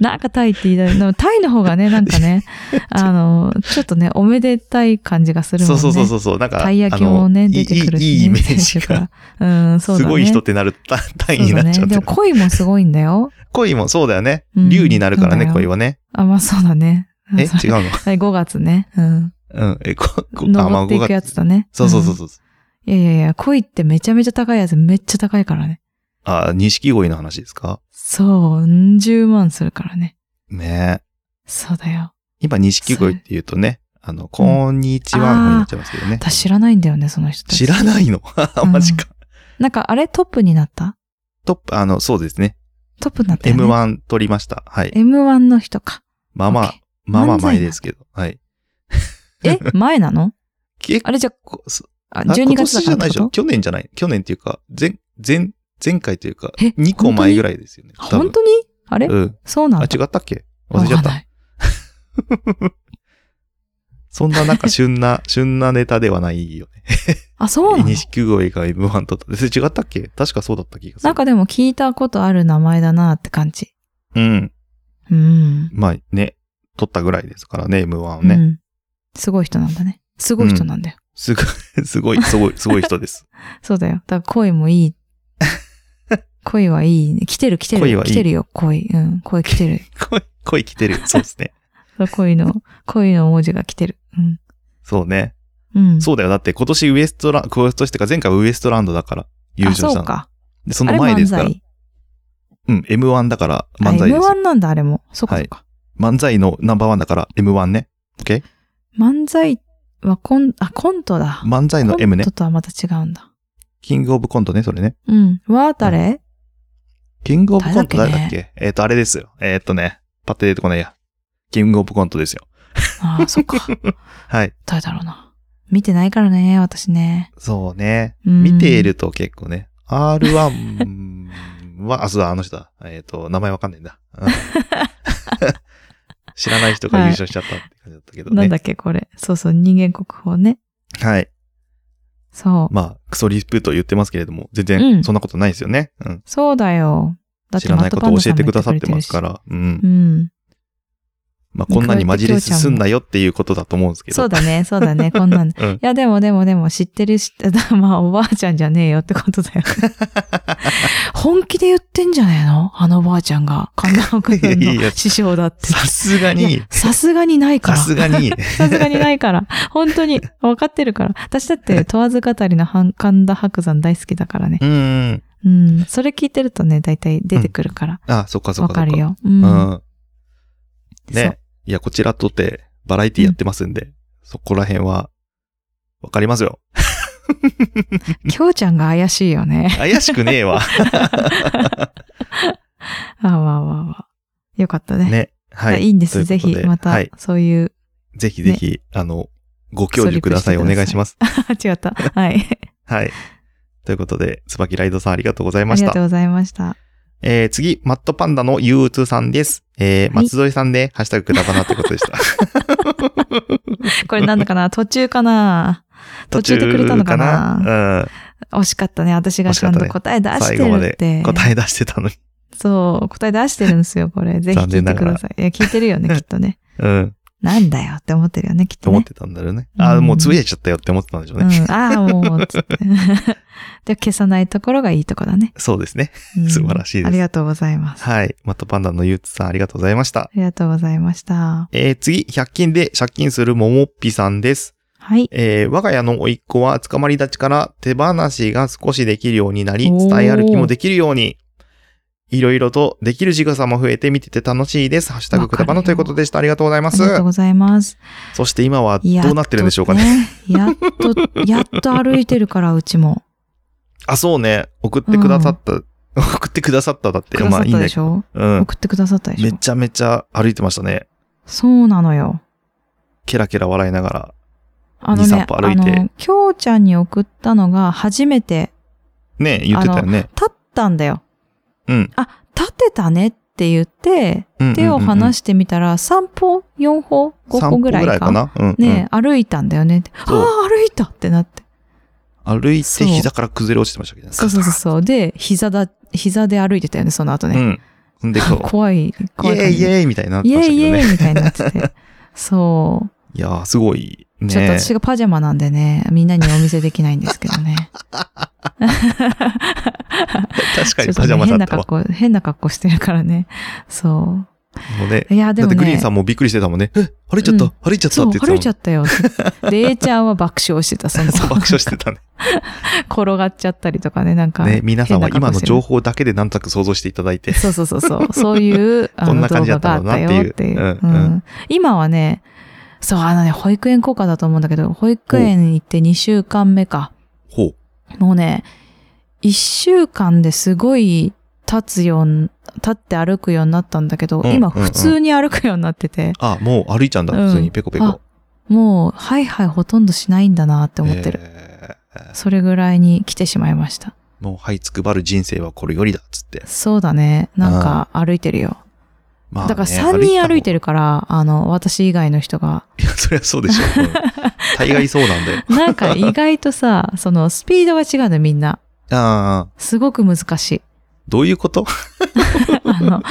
[SPEAKER 2] なんかタイって言いたい。でもタイの方がね、なんか ね、あの、ちょっとね、おめでたい感じがするもん
[SPEAKER 1] そう
[SPEAKER 2] ね。
[SPEAKER 1] そうそうそう。なんか、
[SPEAKER 2] たい焼きも
[SPEAKER 1] あの
[SPEAKER 2] ね、
[SPEAKER 1] い
[SPEAKER 2] 出
[SPEAKER 1] い
[SPEAKER 2] てくるし、ね。
[SPEAKER 1] いいいイメージが
[SPEAKER 2] 最初。から。うん、 そうだ
[SPEAKER 1] す
[SPEAKER 2] ね。
[SPEAKER 1] ごい人ってなる、た単位になっちゃ
[SPEAKER 2] そうだね
[SPEAKER 1] って
[SPEAKER 2] で
[SPEAKER 1] る
[SPEAKER 2] も。恋もすごいんだよ。
[SPEAKER 1] 恋もそうだよね。
[SPEAKER 2] うん
[SPEAKER 1] 竜になるからね、
[SPEAKER 2] そうだよ
[SPEAKER 1] 恋はね。
[SPEAKER 2] あ、まあそうだね。
[SPEAKER 1] え、違う
[SPEAKER 2] うんそれ
[SPEAKER 1] の
[SPEAKER 2] はい5月ね。うん。
[SPEAKER 1] うん。え、こ、こあ、ま
[SPEAKER 2] 登
[SPEAKER 1] あ
[SPEAKER 2] ってい
[SPEAKER 1] 5
[SPEAKER 2] くやつ
[SPEAKER 1] 月。
[SPEAKER 2] だね。
[SPEAKER 1] そうそうそうんそう。
[SPEAKER 2] いやいやいや、恋ってめちゃめちゃ高いやつ、めっちゃ高いからね。
[SPEAKER 1] あ、錦鯉の話ですか
[SPEAKER 2] そう、10万するからね。
[SPEAKER 1] ねえ。
[SPEAKER 2] そうだよ。
[SPEAKER 1] 今、錦鯉って言うとね、あの、こんにちはの方になっちゃいますけどね。
[SPEAKER 2] 私知らないんだよね、その人たち。
[SPEAKER 1] 知らないの あマジか。
[SPEAKER 2] なんか、あれトップになった
[SPEAKER 1] トップ、あの、そうですね。
[SPEAKER 2] トップになったよ、ね。。
[SPEAKER 1] M1 取りました。はい。
[SPEAKER 2] M1 の人か。
[SPEAKER 1] まあまあ
[SPEAKER 2] OK、
[SPEAKER 1] まあまあ
[SPEAKER 2] 漫才
[SPEAKER 1] 前
[SPEAKER 2] なんだ
[SPEAKER 1] ですけど。はい。
[SPEAKER 2] え、前なの
[SPEAKER 1] 結
[SPEAKER 2] あれじゃ
[SPEAKER 1] 構、そ
[SPEAKER 2] あ、
[SPEAKER 1] あ
[SPEAKER 2] 12月だから
[SPEAKER 1] 今年じゃない
[SPEAKER 2] って
[SPEAKER 1] でしょ
[SPEAKER 2] こ
[SPEAKER 1] 去年じゃない。去年っていうか、前、前、前回というか、
[SPEAKER 2] え
[SPEAKER 1] 2個前ぐらいですよね。
[SPEAKER 2] と本当にあれ、
[SPEAKER 1] にうん。
[SPEAKER 2] そうな
[SPEAKER 1] あ、
[SPEAKER 2] んだ。
[SPEAKER 1] 違ったっけ忘れちゃっ
[SPEAKER 2] わかんな
[SPEAKER 1] た。
[SPEAKER 2] い
[SPEAKER 1] そんななんか旬 な、旬なネタではないよね。
[SPEAKER 2] あ、そうなの
[SPEAKER 1] 錦鯉が M1 取った。それ違ったっけ確かそうだった気がする。
[SPEAKER 2] なんかでも聞いたことある名前だなって感じ。
[SPEAKER 1] うん。
[SPEAKER 2] うん。
[SPEAKER 1] まあね、取ったぐらいですからね、M1 を
[SPEAKER 2] う
[SPEAKER 1] ね。
[SPEAKER 2] ん。すごい人なんだね。すごい人なんだよ。
[SPEAKER 1] すごい、 すごい、すごい、すごい人です。
[SPEAKER 2] そうだよ。だから恋もいい。恋はいいね。来てる来てる。
[SPEAKER 1] 恋はいい
[SPEAKER 2] 来てるよ、恋。うん。恋来てる。
[SPEAKER 1] 声、声来てる。そうですね。
[SPEAKER 2] 恋の、恋の文字が来てる。うん。
[SPEAKER 1] そうね。
[SPEAKER 2] うん。
[SPEAKER 1] そうだよ。だって今年ウエストラン、今年ってか前回ウエストランドだから優
[SPEAKER 2] あ、
[SPEAKER 1] 勝した
[SPEAKER 2] そう
[SPEAKER 1] の。
[SPEAKER 2] か。
[SPEAKER 1] で、そ
[SPEAKER 2] あ
[SPEAKER 1] の
[SPEAKER 2] れ
[SPEAKER 1] 前
[SPEAKER 2] 漫
[SPEAKER 1] ですから。
[SPEAKER 2] 才。
[SPEAKER 1] うん、M1 だから
[SPEAKER 2] あ
[SPEAKER 1] 漫才ですよ。
[SPEAKER 2] M1 なんだ、あれも。そっかそっか。
[SPEAKER 1] 漫才のナンバーワンだから M1 ね。OK?
[SPEAKER 2] 漫才はコン、あ、コントだ。
[SPEAKER 1] 漫才の M ね
[SPEAKER 2] コント。とはまた違うんだ。
[SPEAKER 1] キングオブコントね、それね。
[SPEAKER 2] うん。は誰、
[SPEAKER 1] キングオブコント誰
[SPEAKER 2] 誰だ
[SPEAKER 1] だっ
[SPEAKER 2] っ
[SPEAKER 1] け
[SPEAKER 2] け
[SPEAKER 1] えっ、と、あれですよ。えっ、とね、パッて出てこないや。キングオブコントですよ。
[SPEAKER 2] ああ、そっか。
[SPEAKER 1] はい。
[SPEAKER 2] 誰だろうな。見てないからね、私ね。
[SPEAKER 1] そうね。
[SPEAKER 2] うん
[SPEAKER 1] 見ていると結構ね、R1 は、あ、そうだ、あの人だ。えっ、と、名前わかんないんだ。 うん知らない人が優勝しちゃったって感じだったけど
[SPEAKER 2] なん
[SPEAKER 1] ね。
[SPEAKER 2] だっけ、これ。そうそう、人間国宝ね。
[SPEAKER 1] はい。
[SPEAKER 2] そう。
[SPEAKER 1] まあ、クソリプと言ってますけれども、全
[SPEAKER 2] う
[SPEAKER 1] 然
[SPEAKER 2] ん
[SPEAKER 1] そんなことないですよね。うん。
[SPEAKER 2] そうだよ。だっ
[SPEAKER 1] 知
[SPEAKER 2] て
[SPEAKER 1] らないことを教えてくだ
[SPEAKER 2] マット
[SPEAKER 1] さ
[SPEAKER 2] パ
[SPEAKER 1] っ
[SPEAKER 2] ンダ
[SPEAKER 1] てま
[SPEAKER 2] も言って
[SPEAKER 1] す
[SPEAKER 2] くれて
[SPEAKER 1] か
[SPEAKER 2] る
[SPEAKER 1] ら。うん
[SPEAKER 2] し。うん。
[SPEAKER 1] まあ、こんなに混じり進んだよっていうことだと思うんですけど。
[SPEAKER 2] そうだね、そうだね、こんなん。い
[SPEAKER 1] うん
[SPEAKER 2] や、でもでもでも、知ってる、知ってた、 まあ、おばあちゃんじゃねえよってこと だよ。本気で言ってんじゃねえのあのおばあちゃんが。神田伯
[SPEAKER 1] いや
[SPEAKER 2] 山
[SPEAKER 1] いやいや
[SPEAKER 2] の師匠だって。
[SPEAKER 1] さすが
[SPEAKER 2] い
[SPEAKER 1] に
[SPEAKER 2] や、さすがにないか
[SPEAKER 1] さ
[SPEAKER 2] ら。
[SPEAKER 1] すがに、
[SPEAKER 2] さすがにないから。本当に。分かってるから。私だって、問わず語りの半神田伯山大好きだからね
[SPEAKER 1] う。ーん。
[SPEAKER 2] うん。それ聞いてるとね、大体出てくるから。
[SPEAKER 1] あ、そっかそっ
[SPEAKER 2] わ
[SPEAKER 1] かそっ
[SPEAKER 2] かる。よ。う。
[SPEAKER 1] うんん。
[SPEAKER 2] そう
[SPEAKER 1] ね。いや、こちらとて、バラエティやってますんで、そこら辺は、わかりますよ。
[SPEAKER 2] きょうちゃんが怪しいよね。
[SPEAKER 1] 怪しくねえ わ。
[SPEAKER 2] あわあわあわあ。よかったね。、
[SPEAKER 1] ね。はいい。
[SPEAKER 2] いんで
[SPEAKER 1] と
[SPEAKER 2] す。
[SPEAKER 1] うこと
[SPEAKER 2] ぜひ、また、
[SPEAKER 1] はい。
[SPEAKER 2] そういう。
[SPEAKER 1] ぜひぜひ、あの、ご協力ください。
[SPEAKER 2] クソ
[SPEAKER 1] お
[SPEAKER 2] リプしてください
[SPEAKER 1] 願いします。
[SPEAKER 2] あ、違った。 はい。
[SPEAKER 1] はい。ということで、椿ライドさんありがとうござい
[SPEAKER 2] あ
[SPEAKER 1] ま
[SPEAKER 2] り
[SPEAKER 1] し
[SPEAKER 2] が
[SPEAKER 1] た
[SPEAKER 2] と。うございました。
[SPEAKER 1] えー、次、マットパンダの憂鬱さんです。えー、
[SPEAKER 2] い
[SPEAKER 1] 松添さんで、ハッシュタグくだばなってことでした。
[SPEAKER 2] これなんだかな途中かな 途中でくれたのかな
[SPEAKER 1] 途中かなうん。
[SPEAKER 2] 惜しかったね。私がちゃんと答え出し
[SPEAKER 1] 最
[SPEAKER 2] て
[SPEAKER 1] 後ま
[SPEAKER 2] るっ
[SPEAKER 1] で
[SPEAKER 2] て。
[SPEAKER 1] 答え出してたのに。
[SPEAKER 2] そう、答え出してるんですよ、こ れ。ぜひ
[SPEAKER 1] 残
[SPEAKER 2] 聞
[SPEAKER 1] 念
[SPEAKER 2] い
[SPEAKER 1] な
[SPEAKER 2] て
[SPEAKER 1] が
[SPEAKER 2] く
[SPEAKER 1] ら
[SPEAKER 2] ださい。いや、聞いて るよね、きっとね。
[SPEAKER 1] うん。
[SPEAKER 2] なんだよって思ってるよね、きっ
[SPEAKER 1] と
[SPEAKER 2] と
[SPEAKER 1] 思っ
[SPEAKER 2] ね。
[SPEAKER 1] てたんだろうね。
[SPEAKER 2] うん
[SPEAKER 1] ああ、もうつぶやいちゃったよって思ってたんでしょう
[SPEAKER 2] う
[SPEAKER 1] ね。
[SPEAKER 2] ん、ああ、もう、つって。で、消さないところがいいとこだね。
[SPEAKER 1] そうですね。
[SPEAKER 2] うん
[SPEAKER 1] 素晴らしいです
[SPEAKER 2] ありがとうございます。
[SPEAKER 1] はい。マットパンダのゆうつさんありがとうございました
[SPEAKER 2] あ。りがとうございました。
[SPEAKER 1] えー、次、100均で借金するももっぴさんです。
[SPEAKER 2] はい。
[SPEAKER 1] えー、我が家の甥っ子は捕まり立ちから手放しが少しできるようになり、
[SPEAKER 2] お
[SPEAKER 1] 伝
[SPEAKER 2] ー
[SPEAKER 1] え歩きもできるように、いろいろとできる仕草も増えて見てて楽しいです。ハッシュタグくだばの
[SPEAKER 2] わ
[SPEAKER 1] と
[SPEAKER 2] か
[SPEAKER 1] いう
[SPEAKER 2] る
[SPEAKER 1] こ
[SPEAKER 2] よ
[SPEAKER 1] とでした。ありがとうございま
[SPEAKER 2] あり
[SPEAKER 1] す。
[SPEAKER 2] がとうございます。
[SPEAKER 1] そして今は
[SPEAKER 2] やっと
[SPEAKER 1] どうなってるんでしょうかね。
[SPEAKER 2] やっと、やっと歩いてるから、うちも。
[SPEAKER 1] あ、そうね。送ってくださった 送ってくださっただって。
[SPEAKER 2] くださ
[SPEAKER 1] まあ
[SPEAKER 2] っ
[SPEAKER 1] いいん
[SPEAKER 2] た
[SPEAKER 1] だ
[SPEAKER 2] で
[SPEAKER 1] け
[SPEAKER 2] しょ、
[SPEAKER 1] ど。うん。
[SPEAKER 2] 送ってくださったでし
[SPEAKER 1] め
[SPEAKER 2] ょ
[SPEAKER 1] ちゃめちゃ歩いてましたね。
[SPEAKER 2] そうなのよ。
[SPEAKER 1] ケラケラ笑いながら。
[SPEAKER 2] あの
[SPEAKER 1] 二三、
[SPEAKER 2] ね
[SPEAKER 1] 歩歩いて
[SPEAKER 2] あの、きょうちゃんに送ったのが初めて
[SPEAKER 1] ね言ってたよね。
[SPEAKER 2] 立ったんだよ。
[SPEAKER 1] うん。
[SPEAKER 2] あ、立てたねって言って、手を離
[SPEAKER 1] し
[SPEAKER 2] してみたら3歩、4歩、5歩ぐらいか。
[SPEAKER 1] かな。うん、うん。
[SPEAKER 2] ね、歩いたんだよねって。ああ
[SPEAKER 1] そう
[SPEAKER 2] ー、歩いたってなって。
[SPEAKER 1] 歩いて
[SPEAKER 2] そう
[SPEAKER 1] 膝から崩れ落ちてましたけどね。
[SPEAKER 2] そうそうそうそう。で、膝だ、膝で歩いてたよね、その後ね。
[SPEAKER 1] うん。で、こ う、
[SPEAKER 2] 怖い、
[SPEAKER 1] イ
[SPEAKER 2] 怖
[SPEAKER 1] エ
[SPEAKER 2] い
[SPEAKER 1] ー
[SPEAKER 2] 感
[SPEAKER 1] イイ
[SPEAKER 2] じ。
[SPEAKER 1] エーイみたいになって
[SPEAKER 2] イ
[SPEAKER 1] ま
[SPEAKER 2] エ
[SPEAKER 1] した
[SPEAKER 2] イイ
[SPEAKER 1] けど
[SPEAKER 2] エ
[SPEAKER 1] ね。
[SPEAKER 2] イみたいになってて。そう。
[SPEAKER 1] いやー、すごいね。
[SPEAKER 2] ちょっと私がパジャマなんでね、みんなにお見せできないんですけどね。
[SPEAKER 1] 確かに
[SPEAKER 2] ちょっとね
[SPEAKER 1] パジャマだ
[SPEAKER 2] 変
[SPEAKER 1] っ
[SPEAKER 2] な
[SPEAKER 1] たわ。
[SPEAKER 2] 格好、変な格好してるからね。そ
[SPEAKER 1] もうね
[SPEAKER 2] う。。いや、で
[SPEAKER 1] だっ
[SPEAKER 2] も
[SPEAKER 1] て
[SPEAKER 2] ね。
[SPEAKER 1] グリーンさんもびっくりしてたもんね。え歩いちゃった、
[SPEAKER 2] うん
[SPEAKER 1] 歩いちゃった
[SPEAKER 2] そ
[SPEAKER 1] っ
[SPEAKER 2] う、
[SPEAKER 1] て言ってた
[SPEAKER 2] 歩いちゃ
[SPEAKER 1] っ
[SPEAKER 2] った よって。で、A ちゃんは爆笑してた、その
[SPEAKER 1] 爆笑してたね。
[SPEAKER 2] 転がっちゃったりとかね、 なんか。
[SPEAKER 1] ね、皆さんは今の情
[SPEAKER 2] 報。
[SPEAKER 1] 報だけでなんとなく想像していただいて。
[SPEAKER 2] そうそうそう そう。そういう、あ
[SPEAKER 1] こん
[SPEAKER 2] の、
[SPEAKER 1] な
[SPEAKER 2] 動
[SPEAKER 1] 感じだ
[SPEAKER 2] 画
[SPEAKER 1] った
[SPEAKER 2] が
[SPEAKER 1] ん
[SPEAKER 2] あっ
[SPEAKER 1] だ
[SPEAKER 2] た
[SPEAKER 1] なって
[SPEAKER 2] よ
[SPEAKER 1] いう
[SPEAKER 2] っていう。
[SPEAKER 1] うんうん
[SPEAKER 2] うん今はね、そう、あのね、保育園効果だと思うんだけど、保育園行って2週間目か。
[SPEAKER 1] ほう。
[SPEAKER 2] もうね、1週間ですごい立つように、立って歩くようになったんだけど、
[SPEAKER 1] うん
[SPEAKER 2] 今
[SPEAKER 1] うんうん
[SPEAKER 2] 普通に歩くようになってて、
[SPEAKER 1] あ、もう歩いちゃうんだ。普通
[SPEAKER 2] うん
[SPEAKER 1] にペコペコ。
[SPEAKER 2] あもう、ハイハイほとんどしないんだなって思ってる。
[SPEAKER 1] えー
[SPEAKER 2] それぐらいに来てしまいました。
[SPEAKER 1] もう、はいつくばる人生はこれよりだ、つって。
[SPEAKER 2] そうだね。なんか歩いてるよ。
[SPEAKER 1] まあね、
[SPEAKER 2] だから3人歩いて
[SPEAKER 1] る。
[SPEAKER 2] るから、あの、私以外の人が。
[SPEAKER 1] いや、そりゃそうでしょ。うん大概そうなんだよ。
[SPEAKER 2] なんか意外とさ、 そのスピードが違うのみんな。
[SPEAKER 1] ああ、
[SPEAKER 2] すごく難しい。
[SPEAKER 1] どういうこと
[SPEAKER 2] あの、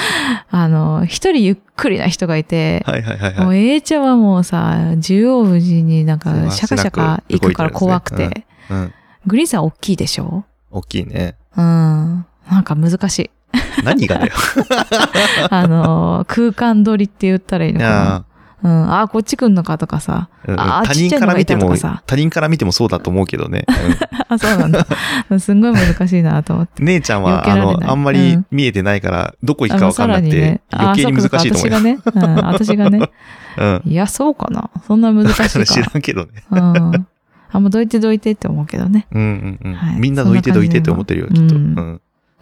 [SPEAKER 2] あの、一人ゆっくりな人がいて、
[SPEAKER 1] はいはいはい
[SPEAKER 2] も
[SPEAKER 1] は
[SPEAKER 2] う
[SPEAKER 1] い。
[SPEAKER 2] A ちゃんはもうさ、縦横無尽になん
[SPEAKER 1] そう
[SPEAKER 2] かシャカシャカ
[SPEAKER 1] 足なく動
[SPEAKER 2] 行く
[SPEAKER 1] いて
[SPEAKER 2] か
[SPEAKER 1] るん
[SPEAKER 2] ら
[SPEAKER 1] ですね
[SPEAKER 2] 怖くて。
[SPEAKER 1] うん。
[SPEAKER 2] グリーンさん大きいでしょ
[SPEAKER 1] 大きいね。
[SPEAKER 2] うん。なんか難しい。
[SPEAKER 1] 何 がだよ。
[SPEAKER 2] あの、空間取りって言ったらいいのか
[SPEAKER 1] あ
[SPEAKER 2] な。うん。あー、こっち来んのかとか さ。
[SPEAKER 1] ーうん
[SPEAKER 2] あー
[SPEAKER 1] 他人から見ても、
[SPEAKER 2] ちっちゃいのがいたとかさ
[SPEAKER 1] 他人から見てもそうだと思うけ どね。うん
[SPEAKER 2] あ、そうなんだ。 すんごい難しいなと思って。
[SPEAKER 1] 姉ちゃん
[SPEAKER 2] 避
[SPEAKER 1] は、
[SPEAKER 2] けら
[SPEAKER 1] あ
[SPEAKER 2] れない
[SPEAKER 1] の、あんま
[SPEAKER 2] う
[SPEAKER 1] り
[SPEAKER 2] ん
[SPEAKER 1] 見えてないから、どこ行
[SPEAKER 2] あ
[SPEAKER 1] くか
[SPEAKER 2] もう
[SPEAKER 1] わか
[SPEAKER 2] さ
[SPEAKER 1] んな
[SPEAKER 2] ら
[SPEAKER 1] く
[SPEAKER 2] に
[SPEAKER 1] て
[SPEAKER 2] ね、、
[SPEAKER 1] 余計に難しいと思
[SPEAKER 2] あ
[SPEAKER 1] います。
[SPEAKER 2] そうかそうか 私がね、うん、私がね、
[SPEAKER 1] うん。
[SPEAKER 2] いや、そうかな。そんな難し い
[SPEAKER 1] 知ら
[SPEAKER 2] か
[SPEAKER 1] んけどね。
[SPEAKER 2] ら。うん。あ、もうどいてどいてって思うけどね。
[SPEAKER 1] うんうんうん。
[SPEAKER 2] はい
[SPEAKER 1] みんなどいてどいてって思ってるよ、きっと。
[SPEAKER 2] う
[SPEAKER 1] うんん。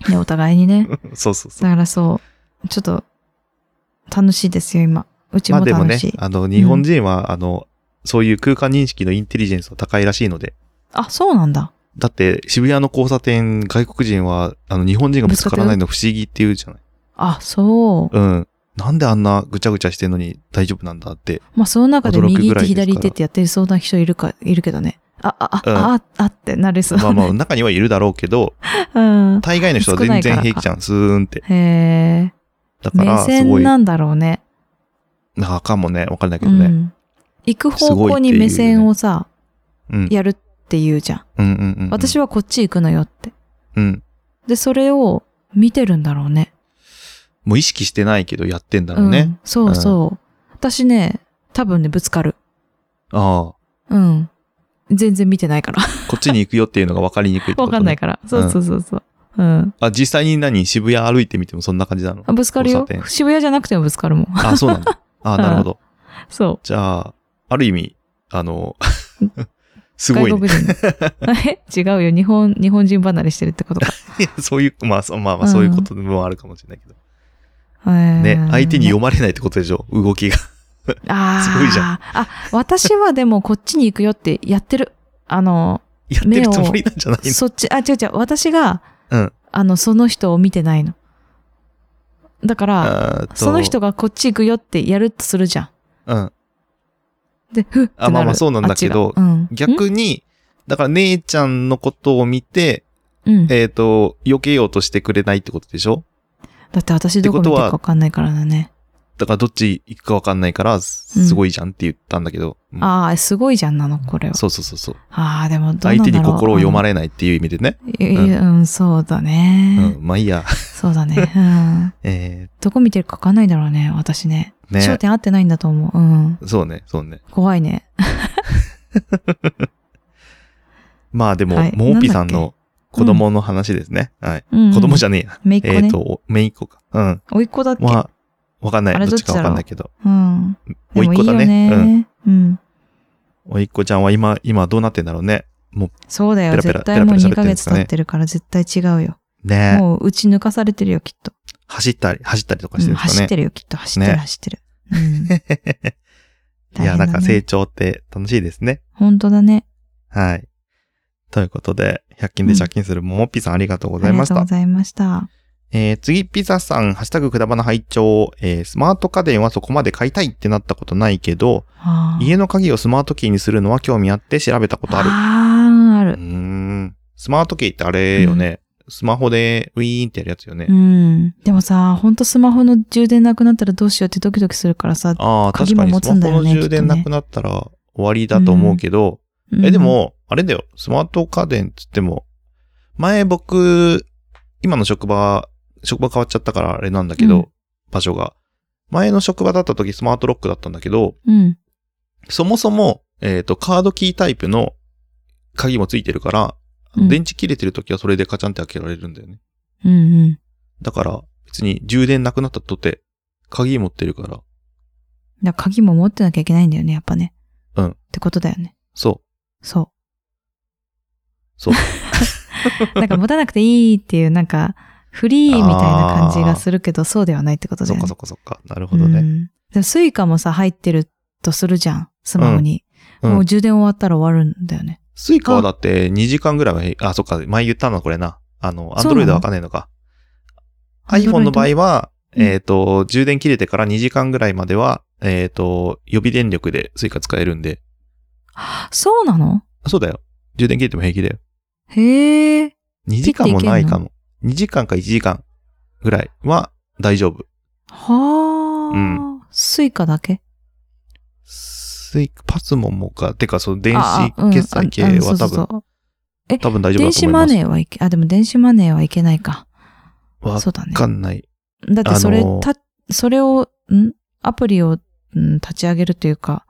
[SPEAKER 2] ね、お互いにね。
[SPEAKER 1] そうそうそう。
[SPEAKER 2] だからそう、ちょっと、楽しいですよ、今。うち
[SPEAKER 1] まあ
[SPEAKER 2] も
[SPEAKER 1] でも
[SPEAKER 2] 楽
[SPEAKER 1] ね
[SPEAKER 2] しい。、
[SPEAKER 1] あの、日本人は、あの、そういう空間認識のインテリジェンスは高いらしいので。
[SPEAKER 2] あそうなんだ。
[SPEAKER 1] だって、渋谷の交差点、外国人は、あの、日本人がぶつからないの不思議って言うじゃない。
[SPEAKER 2] あ、そう。
[SPEAKER 1] うん。なんであんなぐちゃぐちゃしてんのに大丈夫なんだって。
[SPEAKER 2] まあ、その中で
[SPEAKER 1] 驚くぐ
[SPEAKER 2] 右手
[SPEAKER 1] らいですから
[SPEAKER 2] 左手ってやってる相談人いるか、いるけどね。あ、あ、あ、
[SPEAKER 1] うん
[SPEAKER 2] あ、あってなりそう。
[SPEAKER 1] まあまあ、中にはいるだろうけど、
[SPEAKER 2] うん。
[SPEAKER 1] 大概の人は全然平気じゃん、スーンって。
[SPEAKER 2] へえ。
[SPEAKER 1] だか
[SPEAKER 2] 目
[SPEAKER 1] ら、すご
[SPEAKER 2] 線
[SPEAKER 1] い、
[SPEAKER 2] なんだろうね。
[SPEAKER 1] あかんもね、わかんないけ
[SPEAKER 2] う
[SPEAKER 1] どね。
[SPEAKER 2] ん。行く方向に目線をさ、
[SPEAKER 1] うん。
[SPEAKER 2] やるって言うじゃん。
[SPEAKER 1] うんうんうんうん。
[SPEAKER 2] 私はこっち行くのよって。
[SPEAKER 1] うん。
[SPEAKER 2] で、それを見てるんだろうね。
[SPEAKER 1] もう意識してないけどやってんだ
[SPEAKER 2] う
[SPEAKER 1] ろうね。
[SPEAKER 2] ん。そうそう。私ね、多分ね、ぶつかる。
[SPEAKER 1] ああ。
[SPEAKER 2] うん。全然見てない から。
[SPEAKER 1] こっちに行くよっていうのが分かりにくいってこと、
[SPEAKER 2] わ
[SPEAKER 1] ね、
[SPEAKER 2] かんないから。そうそうそうそう。うん。
[SPEAKER 1] あ、実際に何渋谷歩いてみてもそんな感じなの
[SPEAKER 2] あぶつかるよ
[SPEAKER 1] 交差。点
[SPEAKER 2] 渋谷じゃなくてもぶつかるもん。
[SPEAKER 1] あ、そうなんだ。あ、なるほど。
[SPEAKER 2] そ
[SPEAKER 1] じゃあ、ある意味、あ の、
[SPEAKER 2] う。
[SPEAKER 1] すごい
[SPEAKER 2] 外
[SPEAKER 1] ね。
[SPEAKER 2] 国人。 え違うよ。日本、日本人離れしてるってことか。
[SPEAKER 1] いや そういう、まあ、そうまあ、まあ、そういうこともあるかもしれないけど。ね
[SPEAKER 2] ね、
[SPEAKER 1] 相手に読まれないってことでしょ動きが。
[SPEAKER 2] あー
[SPEAKER 1] すごいじゃん
[SPEAKER 2] あ、私はでもこっちに行くよってやってる。あの、
[SPEAKER 1] やってるつもりなんじゃないの
[SPEAKER 2] そっち、あ、違う違う。私が、
[SPEAKER 1] うん
[SPEAKER 2] あの、その人を見てないの。だか
[SPEAKER 1] あ
[SPEAKER 2] ら、
[SPEAKER 1] ーっと
[SPEAKER 2] その人がこっち行くよってやるとするじゃ
[SPEAKER 1] うん。
[SPEAKER 2] ん。で、ふっってな
[SPEAKER 1] あ
[SPEAKER 2] る
[SPEAKER 1] まあまあそうなんだけど
[SPEAKER 2] あっちがうん、
[SPEAKER 1] 逆に、だから姉ちゃんのことを見て、
[SPEAKER 2] うん、だ
[SPEAKER 1] えっ、と、避けようとしてくれないってことでしょ
[SPEAKER 2] って私どこ見てるかわかんないからだね。
[SPEAKER 1] だからどっち行くか分かんないから、すごいじゃんって言ったんだけど。うん
[SPEAKER 2] ああ、すごいじゃんなの、これは。
[SPEAKER 1] そうそうそうそう。
[SPEAKER 2] ああ、でもどうなんだろう
[SPEAKER 1] 相手に心を読まれないっていう意味でね。
[SPEAKER 2] いいうん、そうだ
[SPEAKER 1] う
[SPEAKER 2] ね。
[SPEAKER 1] ん、まあいいや。
[SPEAKER 2] そうだね。うん。
[SPEAKER 1] え
[SPEAKER 2] どこ見てるかわかんないだろうね、私ね。
[SPEAKER 1] ー、ね。
[SPEAKER 2] 焦点合ってないんだと思う。うん。
[SPEAKER 1] そうね、そうね。
[SPEAKER 2] 怖いね。
[SPEAKER 1] まあでも、
[SPEAKER 2] はい
[SPEAKER 1] もうぴさん
[SPEAKER 2] なんだ
[SPEAKER 1] の子供の話ですね。はい。
[SPEAKER 2] うん、
[SPEAKER 1] 子供じ
[SPEAKER 2] ゃ
[SPEAKER 1] ゃねえや。
[SPEAKER 2] めいっ子
[SPEAKER 1] えっ、
[SPEAKER 2] ね。
[SPEAKER 1] と、めいっ子か。うん。
[SPEAKER 2] おいっ子だっけ、
[SPEAKER 1] まあ、わかんな
[SPEAKER 2] あ
[SPEAKER 1] い。
[SPEAKER 2] れ
[SPEAKER 1] どっちかわかんないけど。
[SPEAKER 2] うん。で
[SPEAKER 1] おい
[SPEAKER 2] も
[SPEAKER 1] っ
[SPEAKER 2] い
[SPEAKER 1] 子
[SPEAKER 2] い
[SPEAKER 1] だ
[SPEAKER 2] よ
[SPEAKER 1] ね。うん。
[SPEAKER 2] ね。うん。
[SPEAKER 1] おいっ子ちゃんは今、今どうなってんだろうね。
[SPEAKER 2] そうだよ。
[SPEAKER 1] ペラペラ
[SPEAKER 2] 絶対もう
[SPEAKER 1] ペラ
[SPEAKER 2] 2
[SPEAKER 1] ペラ
[SPEAKER 2] ヶ
[SPEAKER 1] 喋ってんで
[SPEAKER 2] 月
[SPEAKER 1] すかね
[SPEAKER 2] 経ってるから絶対違うよ。
[SPEAKER 1] ね
[SPEAKER 2] もう打ち抜かされてるよ、きっと。
[SPEAKER 1] 走ったり、走ったりとかして
[SPEAKER 2] うん
[SPEAKER 1] るんです
[SPEAKER 2] 走
[SPEAKER 1] か
[SPEAKER 2] って
[SPEAKER 1] ね。
[SPEAKER 2] るよ、きっと。走ってる、
[SPEAKER 1] ね
[SPEAKER 2] 走ってる。う
[SPEAKER 1] いや、
[SPEAKER 2] ん。大変だ
[SPEAKER 1] な
[SPEAKER 2] ね
[SPEAKER 1] んか成長って楽しいですね。
[SPEAKER 2] 本当だね。
[SPEAKER 1] はい。ということで、100均で借金するももっぴさんありがとうご
[SPEAKER 2] あ
[SPEAKER 1] ざい
[SPEAKER 2] り
[SPEAKER 1] ま
[SPEAKER 2] が
[SPEAKER 1] し
[SPEAKER 2] とう
[SPEAKER 1] た
[SPEAKER 2] ご。ざいました。
[SPEAKER 1] えー、次、ピザさん、ハッシュタグくだばな拝聴、えー、スマート家電はそこまで買いたいってなったことないけど、
[SPEAKER 2] あー
[SPEAKER 1] 家の鍵をスマートキーにするのは興味あって調べたことある。
[SPEAKER 2] あー、あ
[SPEAKER 1] うー
[SPEAKER 2] る。
[SPEAKER 1] ん。スマートキーってあれよね。スマホでウィーンってやるやつよね。
[SPEAKER 2] うん。でもさ、ほんとスマホの充電なくなったらどうしようってドキドキするからさ。
[SPEAKER 1] ああ、確
[SPEAKER 2] 鍵
[SPEAKER 1] か
[SPEAKER 2] も
[SPEAKER 1] に
[SPEAKER 2] 持
[SPEAKER 1] ス
[SPEAKER 2] つんだ
[SPEAKER 1] マホ
[SPEAKER 2] よ
[SPEAKER 1] の
[SPEAKER 2] ね
[SPEAKER 1] 充電なくなったら終わりだと思うけど、
[SPEAKER 2] うん
[SPEAKER 1] え、で、も、あれだよ、スマート家電っつっても、前僕、今の職場、職場変わっちゃったからあれなんだけど、
[SPEAKER 2] うん
[SPEAKER 1] 場所が。前の職場だった時スマートロックだったんだけど、
[SPEAKER 2] うん。
[SPEAKER 1] そもそも、えっ、と、カードキータイプの鍵もついてるから、
[SPEAKER 2] うん
[SPEAKER 1] 電池切れてる時はそれでカチャンって開けられるんだよね。
[SPEAKER 2] うんうん。
[SPEAKER 1] だから、別に充電なくなったとて、鍵持ってるから、
[SPEAKER 2] だから鍵も持ってなきゃいけないんだよね、やっぱね。
[SPEAKER 1] うん
[SPEAKER 2] ってことだよね。
[SPEAKER 1] そう、
[SPEAKER 2] そ
[SPEAKER 1] そう。
[SPEAKER 2] う。なんか持たなくていいっていう、なんか、フリーみたいな感じがするけど、 そうではないってことだ
[SPEAKER 1] そっ
[SPEAKER 2] よ
[SPEAKER 1] か
[SPEAKER 2] ね
[SPEAKER 1] そ。っかそっか。なるほどね。
[SPEAKER 2] うんでもスイカもさ、入ってるとするじゃん、スマホに。
[SPEAKER 1] うん
[SPEAKER 2] もう充電終わったら終わるんだよね。
[SPEAKER 1] スイカはだって2時間ぐらいはへ、あ、そっか、前言ったのこれな。あの、アンドロイドわかんないのか。iPhone の場合は、
[SPEAKER 2] うん
[SPEAKER 1] えっ、と、充電切れてから2時間ぐらいまでは、えっ、と、予備電力でスイカ使えるんで。
[SPEAKER 2] そうなの
[SPEAKER 1] あそうだよ。充電切れても平気だよ。
[SPEAKER 2] へえ。
[SPEAKER 1] 2時間もないかも。2時間か1時間ぐらいは大丈夫。
[SPEAKER 2] は
[SPEAKER 1] う
[SPEAKER 2] あ、
[SPEAKER 1] ん
[SPEAKER 2] スイカだけ
[SPEAKER 1] スイカ、パスモもか。てか、その電
[SPEAKER 2] あ
[SPEAKER 1] 子
[SPEAKER 2] あうん
[SPEAKER 1] 決済系
[SPEAKER 2] ああ
[SPEAKER 1] は多
[SPEAKER 2] そうそう
[SPEAKER 1] 分、
[SPEAKER 2] そう
[SPEAKER 1] 多分大丈夫だ
[SPEAKER 2] 電
[SPEAKER 1] と
[SPEAKER 2] 子
[SPEAKER 1] 思い
[SPEAKER 2] マ
[SPEAKER 1] ます。
[SPEAKER 2] ネーはいけ、あ、でも電子マネーはいけないか。
[SPEAKER 1] わ
[SPEAKER 2] そうだね。
[SPEAKER 1] かんない。
[SPEAKER 2] だってそれ、
[SPEAKER 1] あのー
[SPEAKER 2] た、それを、んアプリを、ん立ち上げるというか、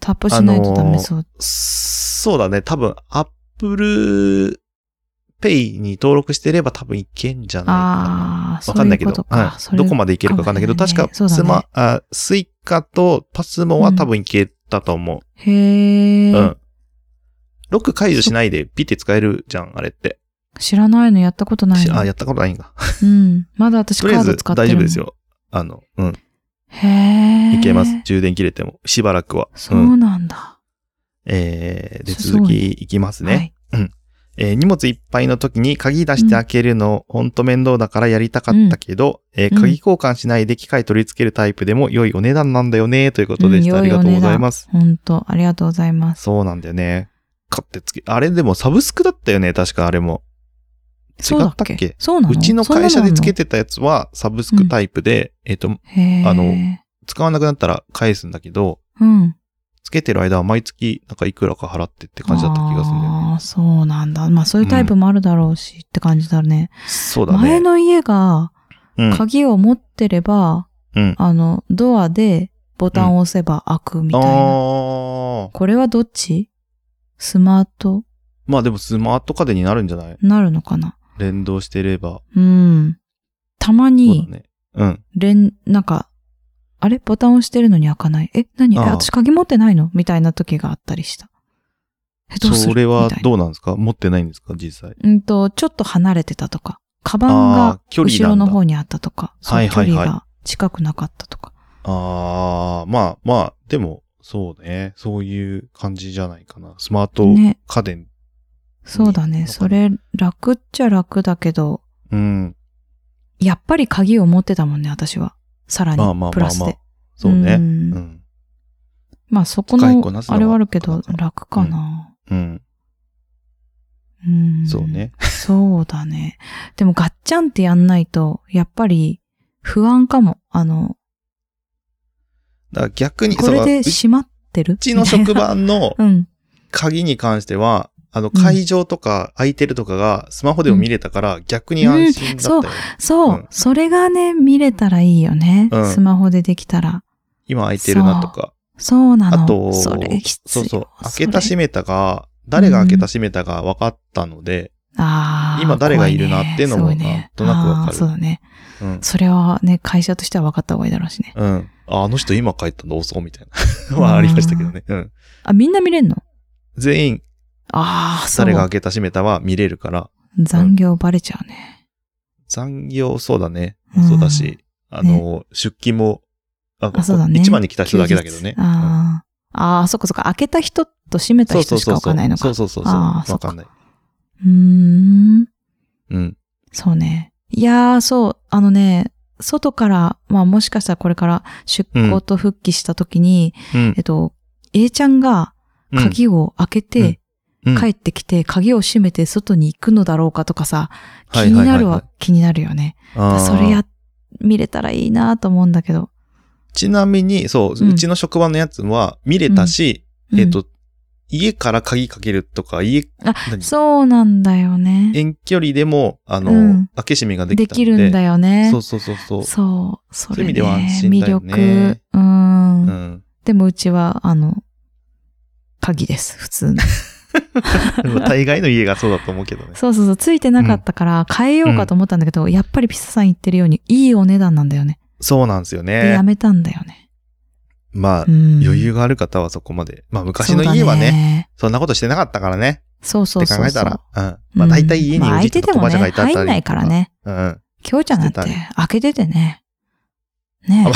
[SPEAKER 2] タップしないとダメそう。
[SPEAKER 1] そうだね。多分、Apple Pay に登録してれば多分いけんじゃないかな。
[SPEAKER 2] ああー、
[SPEAKER 1] わ
[SPEAKER 2] そう
[SPEAKER 1] かんないいうけ
[SPEAKER 2] こ
[SPEAKER 1] ど。
[SPEAKER 2] と
[SPEAKER 1] は
[SPEAKER 2] か。
[SPEAKER 1] い、どこまでいけるかわかんないけど、
[SPEAKER 2] かも
[SPEAKER 1] 確
[SPEAKER 2] しれない
[SPEAKER 1] か
[SPEAKER 2] ねそうだね
[SPEAKER 1] スマ、あスイカとパスモは多分いけたと思う。
[SPEAKER 2] で。へえ、
[SPEAKER 1] うん。ロック解除しないでピッて使えるじゃん、あれって。
[SPEAKER 2] 知らないのやったことない
[SPEAKER 1] し
[SPEAKER 2] の。
[SPEAKER 1] あ、やったことないんだ。
[SPEAKER 2] うん。まだ私
[SPEAKER 1] と
[SPEAKER 2] カ
[SPEAKER 1] りあえ
[SPEAKER 2] ード
[SPEAKER 1] ず
[SPEAKER 2] 使ってる
[SPEAKER 1] 大
[SPEAKER 2] もん
[SPEAKER 1] 丈夫です。よ。あの、うん。
[SPEAKER 2] へえ。
[SPEAKER 1] いけます。充電切れても。しばらくは。。
[SPEAKER 2] そううんなんだ。
[SPEAKER 1] えー、で、
[SPEAKER 2] そう
[SPEAKER 1] 続きいきますね。
[SPEAKER 2] はい。
[SPEAKER 1] えー荷物いっぱいの時に鍵出して開けるの、ほんと面倒だからやりたかったけど、えー
[SPEAKER 2] うん
[SPEAKER 1] 鍵交換しないで機械取り付けるタイプでも良いお値段なんだよね、ということ
[SPEAKER 2] うん
[SPEAKER 1] でした。ありがとうございます。
[SPEAKER 2] ほんと、ありがとうございます。
[SPEAKER 1] そうなんだよね。買ってつけ、あれでもサブスクだったよね、確かあれも。違
[SPEAKER 2] そうだ
[SPEAKER 1] っ
[SPEAKER 2] った
[SPEAKER 1] っ
[SPEAKER 2] け
[SPEAKER 1] け
[SPEAKER 2] そうなの
[SPEAKER 1] うちの会社でつけて
[SPEAKER 2] て、
[SPEAKER 1] たやつはサブスクタイプで、えっ、と、
[SPEAKER 2] あ
[SPEAKER 1] あの使わなくなったら返すんだけど、
[SPEAKER 2] うん。
[SPEAKER 1] つけてる間は毎月なんかいくらか払ってって感じだった気がするんだよね。
[SPEAKER 2] ああ、そうなんだ。まあそういうタイプもあるだろうし、って感じだね。
[SPEAKER 1] そうだね。
[SPEAKER 2] 前の家が
[SPEAKER 1] うん、
[SPEAKER 2] 鍵を持ってれば、
[SPEAKER 1] うん
[SPEAKER 2] あの、ドアでボタンを押せば開くみたいな。
[SPEAKER 1] ああ。
[SPEAKER 2] これはどっちスマート
[SPEAKER 1] まあでもスマート家電になるんじゃない
[SPEAKER 2] なるのかな
[SPEAKER 1] 連動してれば。
[SPEAKER 2] うん。たま
[SPEAKER 1] そう
[SPEAKER 2] に
[SPEAKER 1] だ、ね。うん。
[SPEAKER 2] 連、なんか、あれボタン押してるのに開かない。え、何え、
[SPEAKER 1] ああ
[SPEAKER 2] 私鍵持ってないのみたいな時があったりした。え、どうする
[SPEAKER 1] それは
[SPEAKER 2] みたいな
[SPEAKER 1] どうなんですか持ってないんですか実際。
[SPEAKER 2] うんと、ちょっと離れてたとか、カバン
[SPEAKER 1] あ
[SPEAKER 2] が
[SPEAKER 1] あ、距離
[SPEAKER 2] 後
[SPEAKER 1] な
[SPEAKER 2] ろ
[SPEAKER 1] んだ
[SPEAKER 2] の方にあったとか、そう
[SPEAKER 1] はいはいはい
[SPEAKER 2] 距離が近くなかったとか。
[SPEAKER 1] ああ、まあまあ、でも、そうね。そういう感じじゃないかな。スマート
[SPEAKER 2] ね、
[SPEAKER 1] 家電。
[SPEAKER 2] そうだね。
[SPEAKER 1] わか
[SPEAKER 2] そ
[SPEAKER 1] る
[SPEAKER 2] れ、楽っちゃ楽だけど、
[SPEAKER 1] うん。
[SPEAKER 2] やっぱり鍵を持ってたもんね、私は。さら
[SPEAKER 1] まあまあ
[SPEAKER 2] に、プ
[SPEAKER 1] まあ
[SPEAKER 2] ラス
[SPEAKER 1] まあ
[SPEAKER 2] で。。
[SPEAKER 1] そうね。
[SPEAKER 2] ん
[SPEAKER 1] うん。
[SPEAKER 2] まあ、そこ
[SPEAKER 1] 使いこな
[SPEAKER 2] の
[SPEAKER 1] す、のは
[SPEAKER 2] あれはあるけど
[SPEAKER 1] なか、なか
[SPEAKER 2] 楽かな。
[SPEAKER 1] うん。
[SPEAKER 2] うん。
[SPEAKER 1] そうね。
[SPEAKER 2] そうだね。でも、ガッチャンってやんないと、やっぱり、不安かも。あの、
[SPEAKER 1] だから逆に、
[SPEAKER 2] これで
[SPEAKER 1] う
[SPEAKER 2] 閉まってるう
[SPEAKER 1] ちの職。場の
[SPEAKER 2] うん。
[SPEAKER 1] 鍵に関しては、あの、
[SPEAKER 2] うん
[SPEAKER 1] 会場とか空いてるとかがスマホでも見れたから逆に安心だったよね。
[SPEAKER 2] そう、
[SPEAKER 1] うん
[SPEAKER 2] それがね、見れたらいいよね。
[SPEAKER 1] うん
[SPEAKER 2] スマホでできたら。
[SPEAKER 1] 今空いてるなとか。
[SPEAKER 2] そうなの。
[SPEAKER 1] あと、
[SPEAKER 2] それ必要
[SPEAKER 1] そうそう。開けた閉
[SPEAKER 2] め。
[SPEAKER 1] めたが、誰が開けた閉めたが分かったので、
[SPEAKER 2] ああ。
[SPEAKER 1] 今誰がいるなっていうのも
[SPEAKER 2] 怖いね
[SPEAKER 1] なんとなくわかる
[SPEAKER 2] あーそうだね。
[SPEAKER 1] うん。
[SPEAKER 2] それはね、会社としては分かった方がいいだろうしね。
[SPEAKER 1] うん。ああの人今帰ったんだ、遅うみたいな。はありましたけどね。うん。
[SPEAKER 2] あ、みんな見れんの
[SPEAKER 1] 全員、
[SPEAKER 2] ああ、そう。
[SPEAKER 1] 誰が開けた閉めたは見れるから、
[SPEAKER 2] 残業バレちゃうね。
[SPEAKER 1] 残業そうだね
[SPEAKER 2] う。ん
[SPEAKER 1] そうだし、あの、出勤も、あ
[SPEAKER 2] あそうだね
[SPEAKER 1] 一番に来た人だけだけどね。うん
[SPEAKER 2] あーあー、そっかそっか。開けた人と閉めた
[SPEAKER 1] そうそ
[SPEAKER 2] 人
[SPEAKER 1] う
[SPEAKER 2] しか
[SPEAKER 1] そう
[SPEAKER 2] わ
[SPEAKER 1] そ
[SPEAKER 2] か
[SPEAKER 1] う。
[SPEAKER 2] んないの
[SPEAKER 1] そ
[SPEAKER 2] か。
[SPEAKER 1] う
[SPEAKER 2] う
[SPEAKER 1] そうそう。
[SPEAKER 2] あ
[SPEAKER 1] わ
[SPEAKER 2] ーそっか
[SPEAKER 1] かんない。
[SPEAKER 2] ーん。
[SPEAKER 1] うん。
[SPEAKER 2] そうね。いやー、そう。あのね、外から、まあもしかしたらこれから出向と復帰した時に、
[SPEAKER 1] うん
[SPEAKER 2] え。っと、A ちゃんが鍵を開けて、
[SPEAKER 1] うん
[SPEAKER 2] 帰ってきて、鍵を閉めて外に行くのだろうかとかさ、気
[SPEAKER 1] はい
[SPEAKER 2] にな
[SPEAKER 1] はいはい
[SPEAKER 2] る
[SPEAKER 1] はい
[SPEAKER 2] は気になるよね。
[SPEAKER 1] あー
[SPEAKER 2] それや、見れたらいいなと思うんだけど。
[SPEAKER 1] ちなみに、そう、
[SPEAKER 2] うん
[SPEAKER 1] うちの職場のやつは見れたし、
[SPEAKER 2] うん
[SPEAKER 1] えっと、家から鍵かけるとか、家、
[SPEAKER 2] あ
[SPEAKER 1] 何
[SPEAKER 2] そうなんだよね。
[SPEAKER 1] 遠距離でも、あの、
[SPEAKER 2] うん
[SPEAKER 1] 開け閉めがで
[SPEAKER 2] で
[SPEAKER 1] きたん
[SPEAKER 2] き
[SPEAKER 1] で。
[SPEAKER 2] るんだよね。
[SPEAKER 1] そうそうそうそう。
[SPEAKER 2] そう。そ
[SPEAKER 1] そう
[SPEAKER 2] れ、ね、
[SPEAKER 1] いう意味では安心だよね
[SPEAKER 2] 魅力。うん。
[SPEAKER 1] うん。
[SPEAKER 2] でもうちは、あの、鍵です。普 通の。
[SPEAKER 1] でも大概の家がそうだと思うけどね。
[SPEAKER 2] そうそうそう。ついてなかったから変えようかと思ったんだけど、やっぱりピサさん言ってるようにいいお値段なんだよね。
[SPEAKER 1] そうなんですよ
[SPEAKER 2] で、や
[SPEAKER 1] ね。
[SPEAKER 2] めたんだよね。
[SPEAKER 1] まあ
[SPEAKER 2] う、ん。
[SPEAKER 1] 余裕がある方はそこまで。まあ、昔の家は
[SPEAKER 2] そうだ
[SPEAKER 1] ね、
[SPEAKER 2] ね。
[SPEAKER 1] そんなことしてなかったからね。
[SPEAKER 2] そうそう
[SPEAKER 1] って
[SPEAKER 2] そう
[SPEAKER 1] 考
[SPEAKER 2] そう。
[SPEAKER 1] えたら。うん。まあ、大体家に
[SPEAKER 2] うんまあ
[SPEAKER 1] 4
[SPEAKER 2] 開
[SPEAKER 1] 時
[SPEAKER 2] いて
[SPEAKER 1] と
[SPEAKER 2] て
[SPEAKER 1] か
[SPEAKER 2] も
[SPEAKER 1] 友
[SPEAKER 2] ね、
[SPEAKER 1] 達がいたあたり
[SPEAKER 2] 入んないから。ね。
[SPEAKER 1] うん。
[SPEAKER 2] 今日じゃなく
[SPEAKER 1] してた
[SPEAKER 2] て
[SPEAKER 1] ね、
[SPEAKER 2] 開けててね。ね
[SPEAKER 1] あ。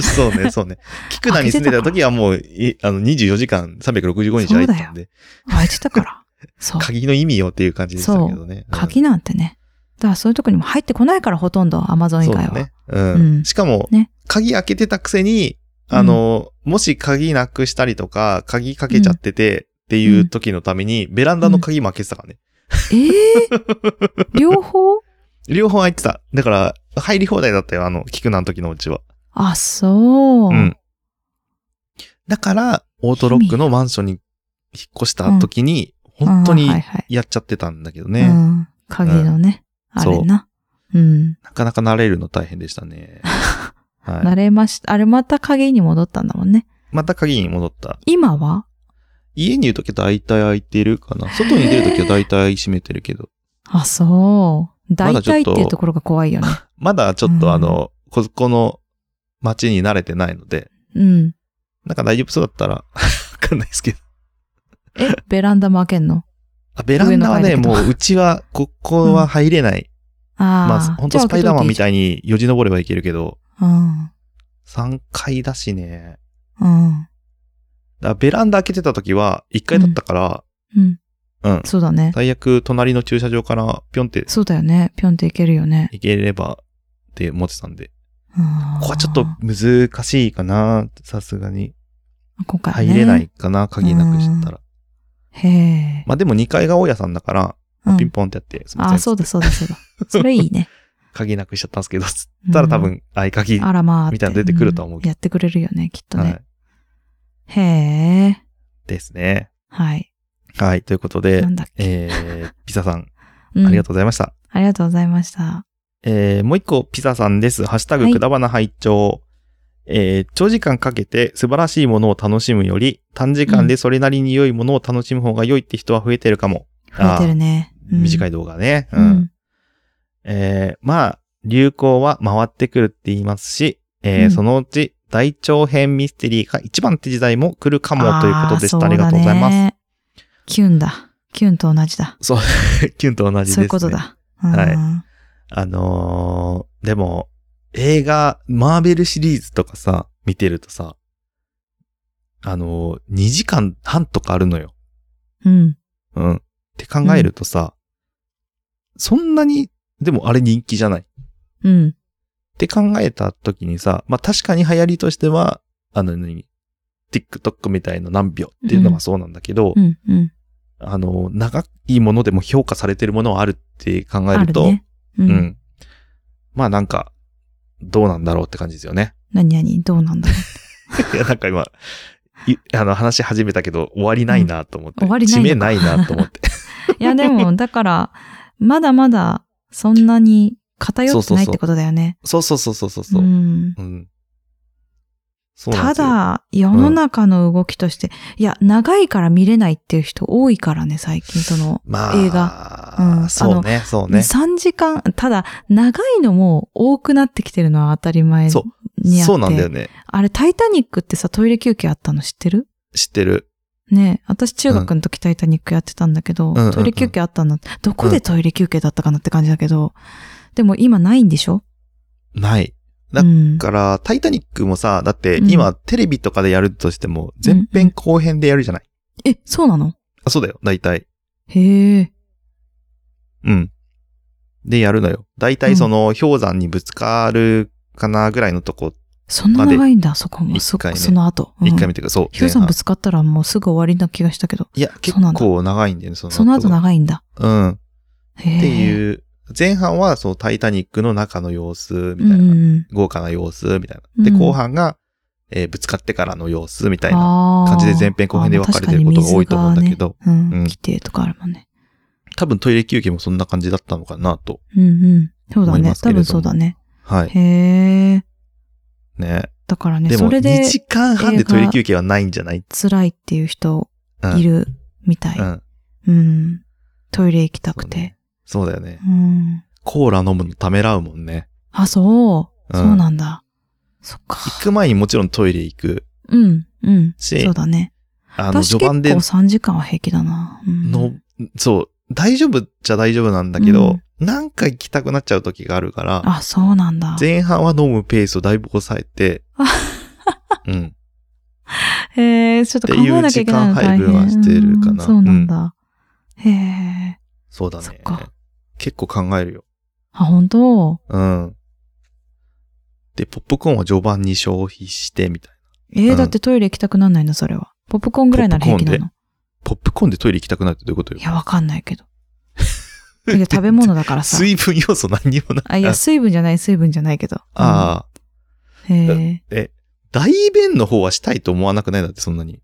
[SPEAKER 1] そうね、そうね。菊名に住んでた時はもう、いあの、24時間365日空いてたんで、
[SPEAKER 2] 開いてた から。そう。
[SPEAKER 1] 鍵の意味よっていう感じでしたけどね。うん
[SPEAKER 2] 鍵なんてね。だからそういうとこにも入ってこないからほとんど、アマゾン以
[SPEAKER 1] そう
[SPEAKER 2] 外
[SPEAKER 1] だ
[SPEAKER 2] は。
[SPEAKER 1] ね。うん。
[SPEAKER 2] うん
[SPEAKER 1] しかも、
[SPEAKER 2] ね
[SPEAKER 1] 鍵開けてたくせに、あの、もし鍵なくしたりとか、鍵かけちゃってて、っていう時のために、ベランダの鍵も開けてたからね。
[SPEAKER 2] ええ ー両方
[SPEAKER 1] 両方開いてた。だから、入り放題だったよ、あの、菊名の時のうちは。
[SPEAKER 2] あ、そう。
[SPEAKER 1] うん。だから、オートロックのマンションに引っ越した時に、
[SPEAKER 2] うん
[SPEAKER 1] 本当に
[SPEAKER 2] はいはい
[SPEAKER 1] やっちゃってたんだけど
[SPEAKER 2] う
[SPEAKER 1] ね。
[SPEAKER 2] ん。鍵のね、
[SPEAKER 1] うん
[SPEAKER 2] あれな。うん。
[SPEAKER 1] なかなか慣れるの大変でしたね。は
[SPEAKER 2] 慣
[SPEAKER 1] い。
[SPEAKER 2] れました。あれまた鍵に戻ったんだもんね。
[SPEAKER 1] また鍵に戻った。
[SPEAKER 2] 今は
[SPEAKER 1] 家にいるとき大体開いてるかな。外に出るときは大体閉めてるけど。
[SPEAKER 2] あ、そう。
[SPEAKER 1] ま
[SPEAKER 2] 大
[SPEAKER 1] だちょ
[SPEAKER 2] 体
[SPEAKER 1] っ
[SPEAKER 2] って
[SPEAKER 1] と
[SPEAKER 2] いうところが怖 いよね。
[SPEAKER 1] まだちょっ
[SPEAKER 2] うん
[SPEAKER 1] とあの、こ、この街に慣れてないので、
[SPEAKER 2] うん。
[SPEAKER 1] なんか大丈夫そうだったら、 わかんないですけど。
[SPEAKER 2] え、ベランダも開けんの
[SPEAKER 1] あベランダはね、
[SPEAKER 2] 上の階だけど
[SPEAKER 1] もううちは、ここは入れない。
[SPEAKER 2] ああ。
[SPEAKER 1] まあ、本当スパイダーマンみ
[SPEAKER 2] い。
[SPEAKER 1] たいによじ登ればいけるけど、
[SPEAKER 2] うん。
[SPEAKER 1] 3階だしね。
[SPEAKER 2] うん。
[SPEAKER 1] だからベランダ開けてたときは、1階だったから、
[SPEAKER 2] うん。
[SPEAKER 1] うん。
[SPEAKER 2] そうだね。
[SPEAKER 1] 最悪、隣の駐車場からぴょんって
[SPEAKER 2] そうだよね。ぴょんっていけるよね。
[SPEAKER 1] いければって思ってたんで。
[SPEAKER 2] うん
[SPEAKER 1] ここはちょっと難しいかな、さすがに。
[SPEAKER 2] 今回はね
[SPEAKER 1] 入れない。かな、鍵なくしたら。
[SPEAKER 2] へえ。
[SPEAKER 1] まあでも2階が大家さんだから、
[SPEAKER 2] うん
[SPEAKER 1] ピンポンってやって、すいませ
[SPEAKER 2] あ、
[SPEAKER 1] ん
[SPEAKER 2] そうだそうだそうだ。それいい ね。
[SPEAKER 1] 鍵なくしちゃったんですけど、つったら多分合鍵。
[SPEAKER 2] あらまあって。
[SPEAKER 1] みたいなの出てくるとは思うけど
[SPEAKER 2] んやってくれるよね、きっと
[SPEAKER 1] は
[SPEAKER 2] ね。
[SPEAKER 1] い。
[SPEAKER 2] へえ。
[SPEAKER 1] ですね。
[SPEAKER 2] はい。
[SPEAKER 1] はい、ということで
[SPEAKER 2] な、んだっけ。
[SPEAKER 1] えー、ピザさん、
[SPEAKER 2] うん
[SPEAKER 1] ありがとうございました。
[SPEAKER 2] ありがとうございました。
[SPEAKER 1] えー、もう一個、ピザさんです。ハッシュタ
[SPEAKER 2] は
[SPEAKER 1] グ
[SPEAKER 2] い
[SPEAKER 1] くだばな拝聴。えー、長時間かけて素晴らしいものを楽しむより、短時間でそれなりに良いものを楽しむ方が良いって人は増えてるかも。
[SPEAKER 2] 増えてるね。
[SPEAKER 1] 短
[SPEAKER 2] い。
[SPEAKER 1] い動画ね。
[SPEAKER 2] う
[SPEAKER 1] うん
[SPEAKER 2] ん。
[SPEAKER 1] えーまあ、流行は回ってくるって言いますし、えー
[SPEAKER 2] うん
[SPEAKER 1] そのうち大長編ミステリーが一番手時代も来るかも
[SPEAKER 2] あー
[SPEAKER 1] ということでし
[SPEAKER 2] そ
[SPEAKER 1] た。
[SPEAKER 2] だ
[SPEAKER 1] あ
[SPEAKER 2] ね
[SPEAKER 1] りがとうございます。
[SPEAKER 2] キュンだ。キュンと同じだ。
[SPEAKER 1] そう、キュンと同じです、ね。
[SPEAKER 2] そういうこと。だ。
[SPEAKER 1] はい
[SPEAKER 2] うん
[SPEAKER 1] あのーでも、映画、マーベルシリーズとかさ、見てるとさ、あのー、2時間半とかあるのよ。
[SPEAKER 2] うん。
[SPEAKER 1] うん。って考えるとさ、そんなに、でもあれ人気じゃない。
[SPEAKER 2] うん。
[SPEAKER 1] って考えた時にさ、まあ確かに流行りとしては、あの、何 TikTok みたいな何秒っていうのがそうなんだけど、
[SPEAKER 2] うん。うん。
[SPEAKER 1] あの、長いものでも評価されてるものはあるって考え
[SPEAKER 2] あ
[SPEAKER 1] る
[SPEAKER 2] る
[SPEAKER 1] と、
[SPEAKER 2] ね。う。
[SPEAKER 1] うんん。まあなんか、どうなんだろうって感じですよね。
[SPEAKER 2] 何々どうなんだろ
[SPEAKER 1] いや、なんか今、いあの話し始めたけど、終わりないなと思って。
[SPEAKER 2] うん終わりない
[SPEAKER 1] 締
[SPEAKER 2] のか
[SPEAKER 1] めないなと思 って。
[SPEAKER 2] う。いや、でも、だから、まだまだ、そんなに偏ってないってことだよね。
[SPEAKER 1] そうそうそうそうそう
[SPEAKER 2] う
[SPEAKER 1] そう。うん。
[SPEAKER 2] ん。
[SPEAKER 1] そうなんで
[SPEAKER 2] た
[SPEAKER 1] すよ
[SPEAKER 2] だ、世の中の動きとして、いや、長いから見れないっていう人多いからね、最近、その、
[SPEAKER 1] まあ、
[SPEAKER 2] 映
[SPEAKER 1] 画
[SPEAKER 2] うん
[SPEAKER 1] そうね、そうね。
[SPEAKER 2] 3時間、ただ、長いのも多くなってきてるのは当たり前にあ
[SPEAKER 1] そ
[SPEAKER 2] って。
[SPEAKER 1] そうなんだよね。
[SPEAKER 2] あれ、タイタニックってさ、トイレ休憩あったの知ってる
[SPEAKER 1] 知ってる。
[SPEAKER 2] ねえ私中学の時タイタニックやってたんだけど、
[SPEAKER 1] うんうんうん
[SPEAKER 2] トイレ休憩あったんだどこでトイレ休憩だったかなって感じだけど、でも今ないんでしょ
[SPEAKER 1] ない。
[SPEAKER 2] う
[SPEAKER 1] だ
[SPEAKER 2] ん
[SPEAKER 1] だ。から、タイタニックもさ、だって
[SPEAKER 2] うん
[SPEAKER 1] 今テレビとかでやるとしても、前編後編でやるじゃない。
[SPEAKER 2] え、そうなの
[SPEAKER 1] あ、そうだよ。大体。
[SPEAKER 2] へえ。
[SPEAKER 1] うん。でやるのよ。大体その氷山にぶつかるかなぐらいのとこ、
[SPEAKER 2] そんな長いんだ、そこも。そ
[SPEAKER 1] 一回目
[SPEAKER 2] その後。うん
[SPEAKER 1] 一回見てくだそう。
[SPEAKER 2] ヒューさ
[SPEAKER 1] 前
[SPEAKER 2] ん
[SPEAKER 1] 半
[SPEAKER 2] ぶつかったらもうすぐ終わりな気がしたけど、
[SPEAKER 1] いや、結
[SPEAKER 2] そうなんだ
[SPEAKER 1] 構長いんだよね、その
[SPEAKER 2] その後長いんだ。
[SPEAKER 1] うん。っ
[SPEAKER 2] へえ。
[SPEAKER 1] て
[SPEAKER 2] う。
[SPEAKER 1] いう、前半はそう、タイタニックの中の様子、みた
[SPEAKER 2] う
[SPEAKER 1] いな、
[SPEAKER 2] ん。
[SPEAKER 1] 豪華な様子、みたいな。で、
[SPEAKER 2] うん
[SPEAKER 1] 後半が、えーぶつかってからの様子、みたいな
[SPEAKER 2] 感
[SPEAKER 1] 感じで前編後編で分かれてることが多いと思うんだけ。ど、
[SPEAKER 2] あーまあ確かに水がねう。
[SPEAKER 1] うんん
[SPEAKER 2] 規定とかあるもんね。
[SPEAKER 1] 多分トイレ休憩もそんな感じだったのかなと。
[SPEAKER 2] うんうん。そうだ
[SPEAKER 1] 思い
[SPEAKER 2] ね
[SPEAKER 1] ま。すけ
[SPEAKER 2] 多
[SPEAKER 1] れども
[SPEAKER 2] 分そうだね。
[SPEAKER 1] はい。
[SPEAKER 2] へえ。
[SPEAKER 1] ね。
[SPEAKER 2] だからね、
[SPEAKER 1] でも、
[SPEAKER 2] それ
[SPEAKER 1] 2
[SPEAKER 2] で
[SPEAKER 1] 時間半でトイレ休憩はないんじゃない
[SPEAKER 2] 辛いっていう人
[SPEAKER 1] うん
[SPEAKER 2] いるみたい。
[SPEAKER 1] うん。
[SPEAKER 2] うん。トイレ行きたく
[SPEAKER 1] そう
[SPEAKER 2] て
[SPEAKER 1] ね。そうだよね。
[SPEAKER 2] うん。
[SPEAKER 1] コーラ飲むのためらうもんね。
[SPEAKER 2] あ、そう。
[SPEAKER 1] うん
[SPEAKER 2] そうなんだ。そっか。
[SPEAKER 1] 行く前にもちろんトイレ行く
[SPEAKER 2] うん。うん。
[SPEAKER 1] し
[SPEAKER 2] そう、だね。
[SPEAKER 1] あの、
[SPEAKER 2] 私
[SPEAKER 1] 序
[SPEAKER 2] 結
[SPEAKER 1] 盤
[SPEAKER 2] 構
[SPEAKER 1] で
[SPEAKER 2] 3時間は平気だな。うん
[SPEAKER 1] の、そう、大丈夫っちゃ大丈夫なんだけど、なんか行きたくなっちゃう時があるから、
[SPEAKER 2] あ、そうなんだ。
[SPEAKER 1] 前半は飲むペースをだいぶ抑えて、うん。
[SPEAKER 2] へえ、ちょっと考えなきゃいけないの大
[SPEAKER 1] っ
[SPEAKER 2] 変。
[SPEAKER 1] ていう時間配分はしてるかな
[SPEAKER 2] うんそうなんだ。へえ。
[SPEAKER 1] そうだね。
[SPEAKER 2] そっか
[SPEAKER 1] 結構考えるよ。
[SPEAKER 2] あ、本当
[SPEAKER 1] うん。で、ポップコーンは序盤に消費して、みたいな。
[SPEAKER 2] え
[SPEAKER 1] う
[SPEAKER 2] ー、
[SPEAKER 1] ん
[SPEAKER 2] だってトイレ行きたくなんないの、それは。ポップコーンぐらいなら平気な
[SPEAKER 1] ポ
[SPEAKER 2] の。
[SPEAKER 1] ポップコーンでトイレ行きたくなるってどういうことよ
[SPEAKER 2] いや、わかんないけど。だけど食べ物だから さ。
[SPEAKER 1] 水分要素何にもない。
[SPEAKER 2] あ、いや、水分じゃない、水分じゃないけど。あ。
[SPEAKER 1] ああ、
[SPEAKER 2] へえ。
[SPEAKER 1] 大便の方はしたいと思わなくないだってそんなに。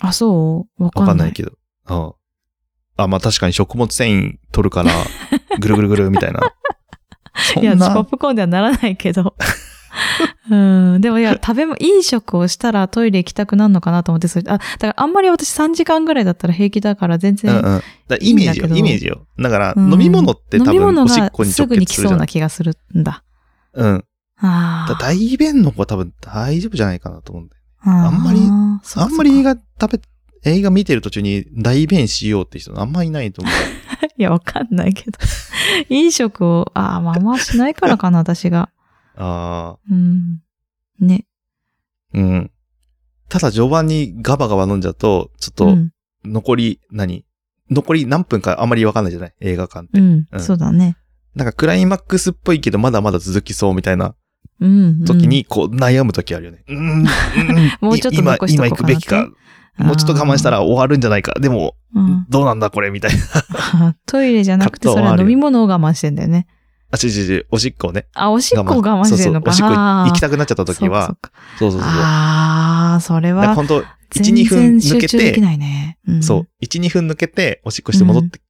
[SPEAKER 2] あ、そうわか
[SPEAKER 1] わかん
[SPEAKER 2] んな
[SPEAKER 1] ない
[SPEAKER 2] い。
[SPEAKER 1] けど。あああ、まあ確かに食物繊維取る から、ぐるぐるぐるみたいな。そ
[SPEAKER 2] いや、
[SPEAKER 1] ん
[SPEAKER 2] 私ポッ
[SPEAKER 1] な、
[SPEAKER 2] プコーンではならないけ ど。うん。でもいや、食べも、飲食をしたらトイレ行きたくなるのかなと思って、それ、あ、だからあんまり私3時間ぐらいだったら平気だから全
[SPEAKER 1] うんうん。だ
[SPEAKER 2] 然、
[SPEAKER 1] からイメージよ、
[SPEAKER 2] いいんだけど
[SPEAKER 1] イメージよ。だから、
[SPEAKER 2] うん
[SPEAKER 1] 飲み物って
[SPEAKER 2] 飲
[SPEAKER 1] 多
[SPEAKER 2] み
[SPEAKER 1] 分、
[SPEAKER 2] 物
[SPEAKER 1] おしっ
[SPEAKER 2] が
[SPEAKER 1] こに
[SPEAKER 2] す
[SPEAKER 1] 直
[SPEAKER 2] ぐに
[SPEAKER 1] 結
[SPEAKER 2] 来
[SPEAKER 1] する
[SPEAKER 2] そ
[SPEAKER 1] じ
[SPEAKER 2] う
[SPEAKER 1] ゃな。
[SPEAKER 2] ない気がするんだ。
[SPEAKER 1] うん。
[SPEAKER 2] あ
[SPEAKER 1] だ
[SPEAKER 2] あ。
[SPEAKER 1] 大便の方は多分大丈夫じゃないかなと思うんだよ。
[SPEAKER 2] あ
[SPEAKER 1] んまり
[SPEAKER 2] ー、そっ
[SPEAKER 1] あ
[SPEAKER 2] か
[SPEAKER 1] んまり
[SPEAKER 2] そ
[SPEAKER 1] 映
[SPEAKER 2] っか
[SPEAKER 1] 画食べ、映画見てる途中に大便しようって人あんまいないと思う。
[SPEAKER 2] いや、わかんないけど。飲食を、ああ、まあまあしないからかな、私が。
[SPEAKER 1] ああ、
[SPEAKER 2] うん。ね。
[SPEAKER 1] うん。ただ序盤にガバガバ飲んじゃうと、ちょっ
[SPEAKER 2] う
[SPEAKER 1] と
[SPEAKER 2] ん。
[SPEAKER 1] 残り何、残り何分かあんまりわかんないじゃない映画館って。
[SPEAKER 2] うん
[SPEAKER 1] う。ん
[SPEAKER 2] そうだね。
[SPEAKER 1] なんかクライマックスっぽいけどまだまだ続きそうみたいな
[SPEAKER 2] うん。
[SPEAKER 1] 時にこう悩む時あるよね。うん、うん、
[SPEAKER 2] もうちょっと
[SPEAKER 1] 今
[SPEAKER 2] 残しと
[SPEAKER 1] 今
[SPEAKER 2] こ
[SPEAKER 1] 行く
[SPEAKER 2] うかなって
[SPEAKER 1] べきか。もうちょっと我慢したら終わるんじゃないか。でも、
[SPEAKER 2] うん。うん。
[SPEAKER 1] どうなんだこれみたいな。
[SPEAKER 2] トイレじゃなくて、
[SPEAKER 1] 葛
[SPEAKER 2] そ
[SPEAKER 1] 藤
[SPEAKER 2] れ
[SPEAKER 1] はあ
[SPEAKER 2] は
[SPEAKER 1] る
[SPEAKER 2] 飲
[SPEAKER 1] よ
[SPEAKER 2] み物を我慢してんだよね。
[SPEAKER 1] あ、ちちち、おしっこをね。
[SPEAKER 2] あ、おしっこを我慢してんのか。
[SPEAKER 1] そうそうおしっこ行き
[SPEAKER 2] た
[SPEAKER 1] たくなっちゃった時は、。そうそうそうそう。
[SPEAKER 2] ああ、それ
[SPEAKER 1] なんか
[SPEAKER 2] は、
[SPEAKER 1] 本当1、
[SPEAKER 2] 全
[SPEAKER 1] 2分
[SPEAKER 2] 然
[SPEAKER 1] 抜
[SPEAKER 2] 集
[SPEAKER 1] け
[SPEAKER 2] 中でき
[SPEAKER 1] て、
[SPEAKER 2] ないね。うん
[SPEAKER 1] そう、。1、2分抜けて、おしっこして戻って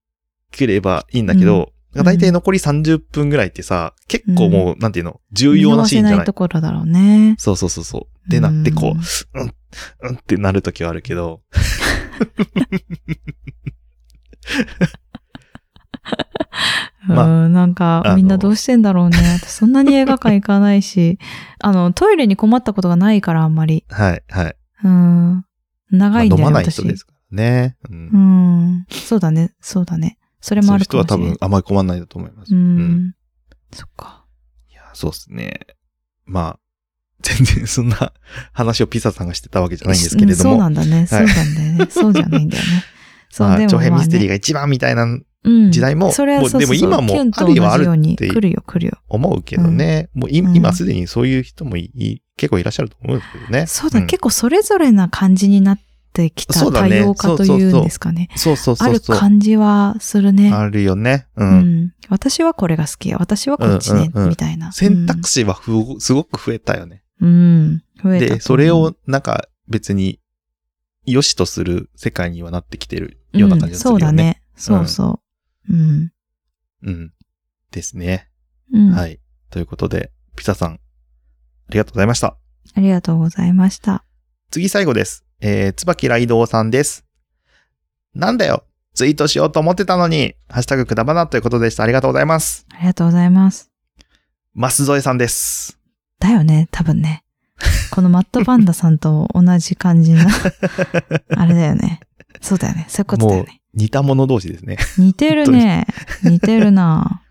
[SPEAKER 1] くればいいんだけど、
[SPEAKER 2] うん
[SPEAKER 1] だいたい残り30分ぐらいってさ、結構もう、なんていうの、重要なシーンじゃな
[SPEAKER 2] 見逃せないいところだろうね。
[SPEAKER 1] そうそうそうそう。でなって、こ
[SPEAKER 2] うん
[SPEAKER 1] う、うん、うんってなるときはあるけど。まあ
[SPEAKER 2] うん、なんか
[SPEAKER 1] あ、の
[SPEAKER 2] みんなどうしてんだろうね。私そんなに映画館行かないし、 あの、トイレに困ったことがないから、あんまり。
[SPEAKER 1] はい、はい。
[SPEAKER 2] うん。長いんだ
[SPEAKER 1] まあ
[SPEAKER 2] よ、
[SPEAKER 1] 飲まない
[SPEAKER 2] 私
[SPEAKER 1] 人ですからね。うん。
[SPEAKER 2] うん。そうだね、そうだね。それも
[SPEAKER 1] そう
[SPEAKER 2] あ
[SPEAKER 1] いう
[SPEAKER 2] る
[SPEAKER 1] 人
[SPEAKER 2] か
[SPEAKER 1] は多
[SPEAKER 2] もしれない。
[SPEAKER 1] 分あまり困んないだと思います。
[SPEAKER 2] う
[SPEAKER 1] うん
[SPEAKER 2] ん。そっか。
[SPEAKER 1] いや、そうですね。まあ、全然そんな話をピサさんがしてたわけじゃないんですけれど
[SPEAKER 2] うんそう
[SPEAKER 1] も。
[SPEAKER 2] なんだね。そうなんだよ ね。そうじゃないんだよね。そう、
[SPEAKER 1] まあ、
[SPEAKER 2] でも
[SPEAKER 1] 長編
[SPEAKER 2] まあ
[SPEAKER 1] ミステリー
[SPEAKER 2] ね
[SPEAKER 1] が一番みたいな
[SPEAKER 2] うん
[SPEAKER 1] 時代も
[SPEAKER 2] それは
[SPEAKER 1] もう
[SPEAKER 2] そうそうそう
[SPEAKER 1] でも今も
[SPEAKER 2] キュンと
[SPEAKER 1] あるよ
[SPEAKER 2] 同じように
[SPEAKER 1] あるって
[SPEAKER 2] 来るよ、来るよ。
[SPEAKER 1] 思うけどね。もうい
[SPEAKER 2] うん
[SPEAKER 1] 今すでにそういう人もいい結構いらっしゃると思うんですけどね。
[SPEAKER 2] そうだ、
[SPEAKER 1] ん
[SPEAKER 2] 結構それぞれな感じになってきた
[SPEAKER 1] そうだ
[SPEAKER 2] 多
[SPEAKER 1] ね
[SPEAKER 2] 様化と
[SPEAKER 1] そう
[SPEAKER 2] い
[SPEAKER 1] そう
[SPEAKER 2] う
[SPEAKER 1] そうん
[SPEAKER 2] ですかね。
[SPEAKER 1] そうそう
[SPEAKER 2] あ
[SPEAKER 1] そう
[SPEAKER 2] る
[SPEAKER 1] そう。
[SPEAKER 2] 感じはするね。
[SPEAKER 1] あるよね。う。
[SPEAKER 2] うんん。私はこれが好き。私はこっちね。
[SPEAKER 1] うんうんうん
[SPEAKER 2] みたいな。
[SPEAKER 1] 選択肢はふごすごく増えたよね。
[SPEAKER 2] うん。うん。増えたと思う
[SPEAKER 1] で、それ、をなんか別に良しとする世界にはなってきてるような感じがする
[SPEAKER 2] うんそう
[SPEAKER 1] よ
[SPEAKER 2] だ
[SPEAKER 1] ね。
[SPEAKER 2] ね。そうそう。うん。
[SPEAKER 1] うん、ですね。
[SPEAKER 2] うん。
[SPEAKER 1] はい。ということで、ピサさん、ありがとうございました。
[SPEAKER 2] ありがとうございました。
[SPEAKER 1] 次最後です。えー、椿雷道さんです。なんだよツイートしようと思ってたのに、ハッシュタグくだばなということでした。ありがとうございます。
[SPEAKER 2] ありがとうございます。
[SPEAKER 1] マスゾエさんです。
[SPEAKER 2] だよね、多分ね。このマットパンダさんと同じ 感じの、あれだよね。そうだよね。そういうことだよ
[SPEAKER 1] もう
[SPEAKER 2] ね。、
[SPEAKER 1] 似た者同士ですね。
[SPEAKER 2] 似てるね。似てるな。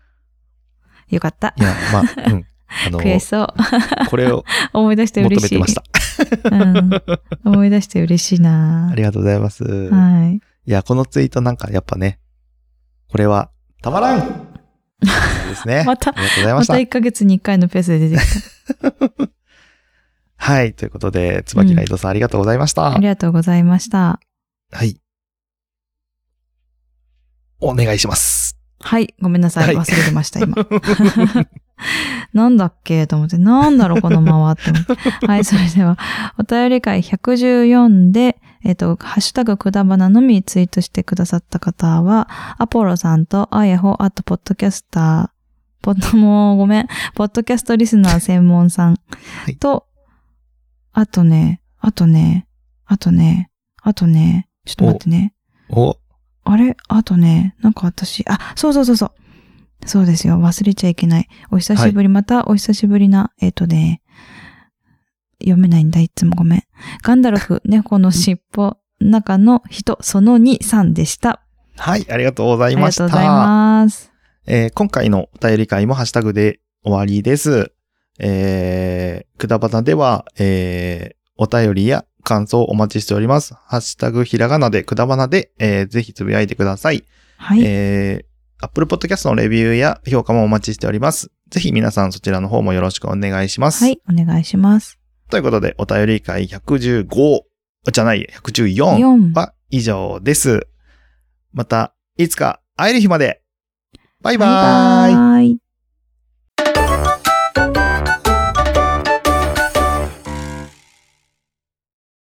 [SPEAKER 2] よかった。
[SPEAKER 1] いや、まあ、うん。あの、
[SPEAKER 2] 悔しそう。
[SPEAKER 1] これを
[SPEAKER 2] 思い出して
[SPEAKER 1] 求め
[SPEAKER 2] 嬉しい。
[SPEAKER 1] てました。
[SPEAKER 2] うん、思い出して嬉しいな
[SPEAKER 1] ありがとうございます。い
[SPEAKER 2] はい。
[SPEAKER 1] や、このツイートなんかやっぱね、これは、たまらんですね。
[SPEAKER 2] また
[SPEAKER 1] ありがとうございま
[SPEAKER 2] ま
[SPEAKER 1] した
[SPEAKER 2] た。1ヶ月に1回のペースで出てき
[SPEAKER 1] はい。ということで、椿ライドさん、ありがとうございました。
[SPEAKER 2] た。ありがとうございました。
[SPEAKER 1] はい。お願いし ます。
[SPEAKER 2] はい、ごめんなさい。
[SPEAKER 1] はい
[SPEAKER 2] 忘れてました、今。 なんだっけと思って、なんだろう、この間はって 思って。はい、それでは、お便り会114で、えっ、と、ハッシュタグくだばなのみツイートしてくださった方は、アポロさんと、あやほ、あと、ポッドキャスター、ポッド、もうごめん、ポッドキャストリスナー専門さん
[SPEAKER 1] はい
[SPEAKER 2] と、あとね、あとね、あとね、あとね、ちょっと待ってね。
[SPEAKER 1] お、
[SPEAKER 2] あれあとね、なんか私、あ、そうそうそうそう。そうですよ。忘れちゃいけない。お久しぶり、またお久しぶりな、えっ、とね、読めないんだ、いつもごめん。ガンダル フ、猫の尻尾、中の人、その2、3でした。
[SPEAKER 1] はい、ありがとうござ
[SPEAKER 2] あ
[SPEAKER 1] い
[SPEAKER 2] りが
[SPEAKER 1] まし
[SPEAKER 2] と
[SPEAKER 1] た。
[SPEAKER 2] うございます。
[SPEAKER 1] えー今回のお便り会もハッシュタグで終わりです。えー、くだばなでは、えー、お便りや感想をお待ちしております。ハッシュタグひらがなでくだばなで、えー、ぜひつぶやいてください。
[SPEAKER 2] はい。
[SPEAKER 1] えー、Apple Podcast のレビューや評価もお待ちしております。ぜひ皆さんそちらの方もよろしくお願いします。
[SPEAKER 2] はい。お願いします。
[SPEAKER 1] ということで、お便り会115じゃない、114
[SPEAKER 2] 4。
[SPEAKER 1] は以上です。また、いつか会える日まで。バイバイ。
[SPEAKER 2] イ。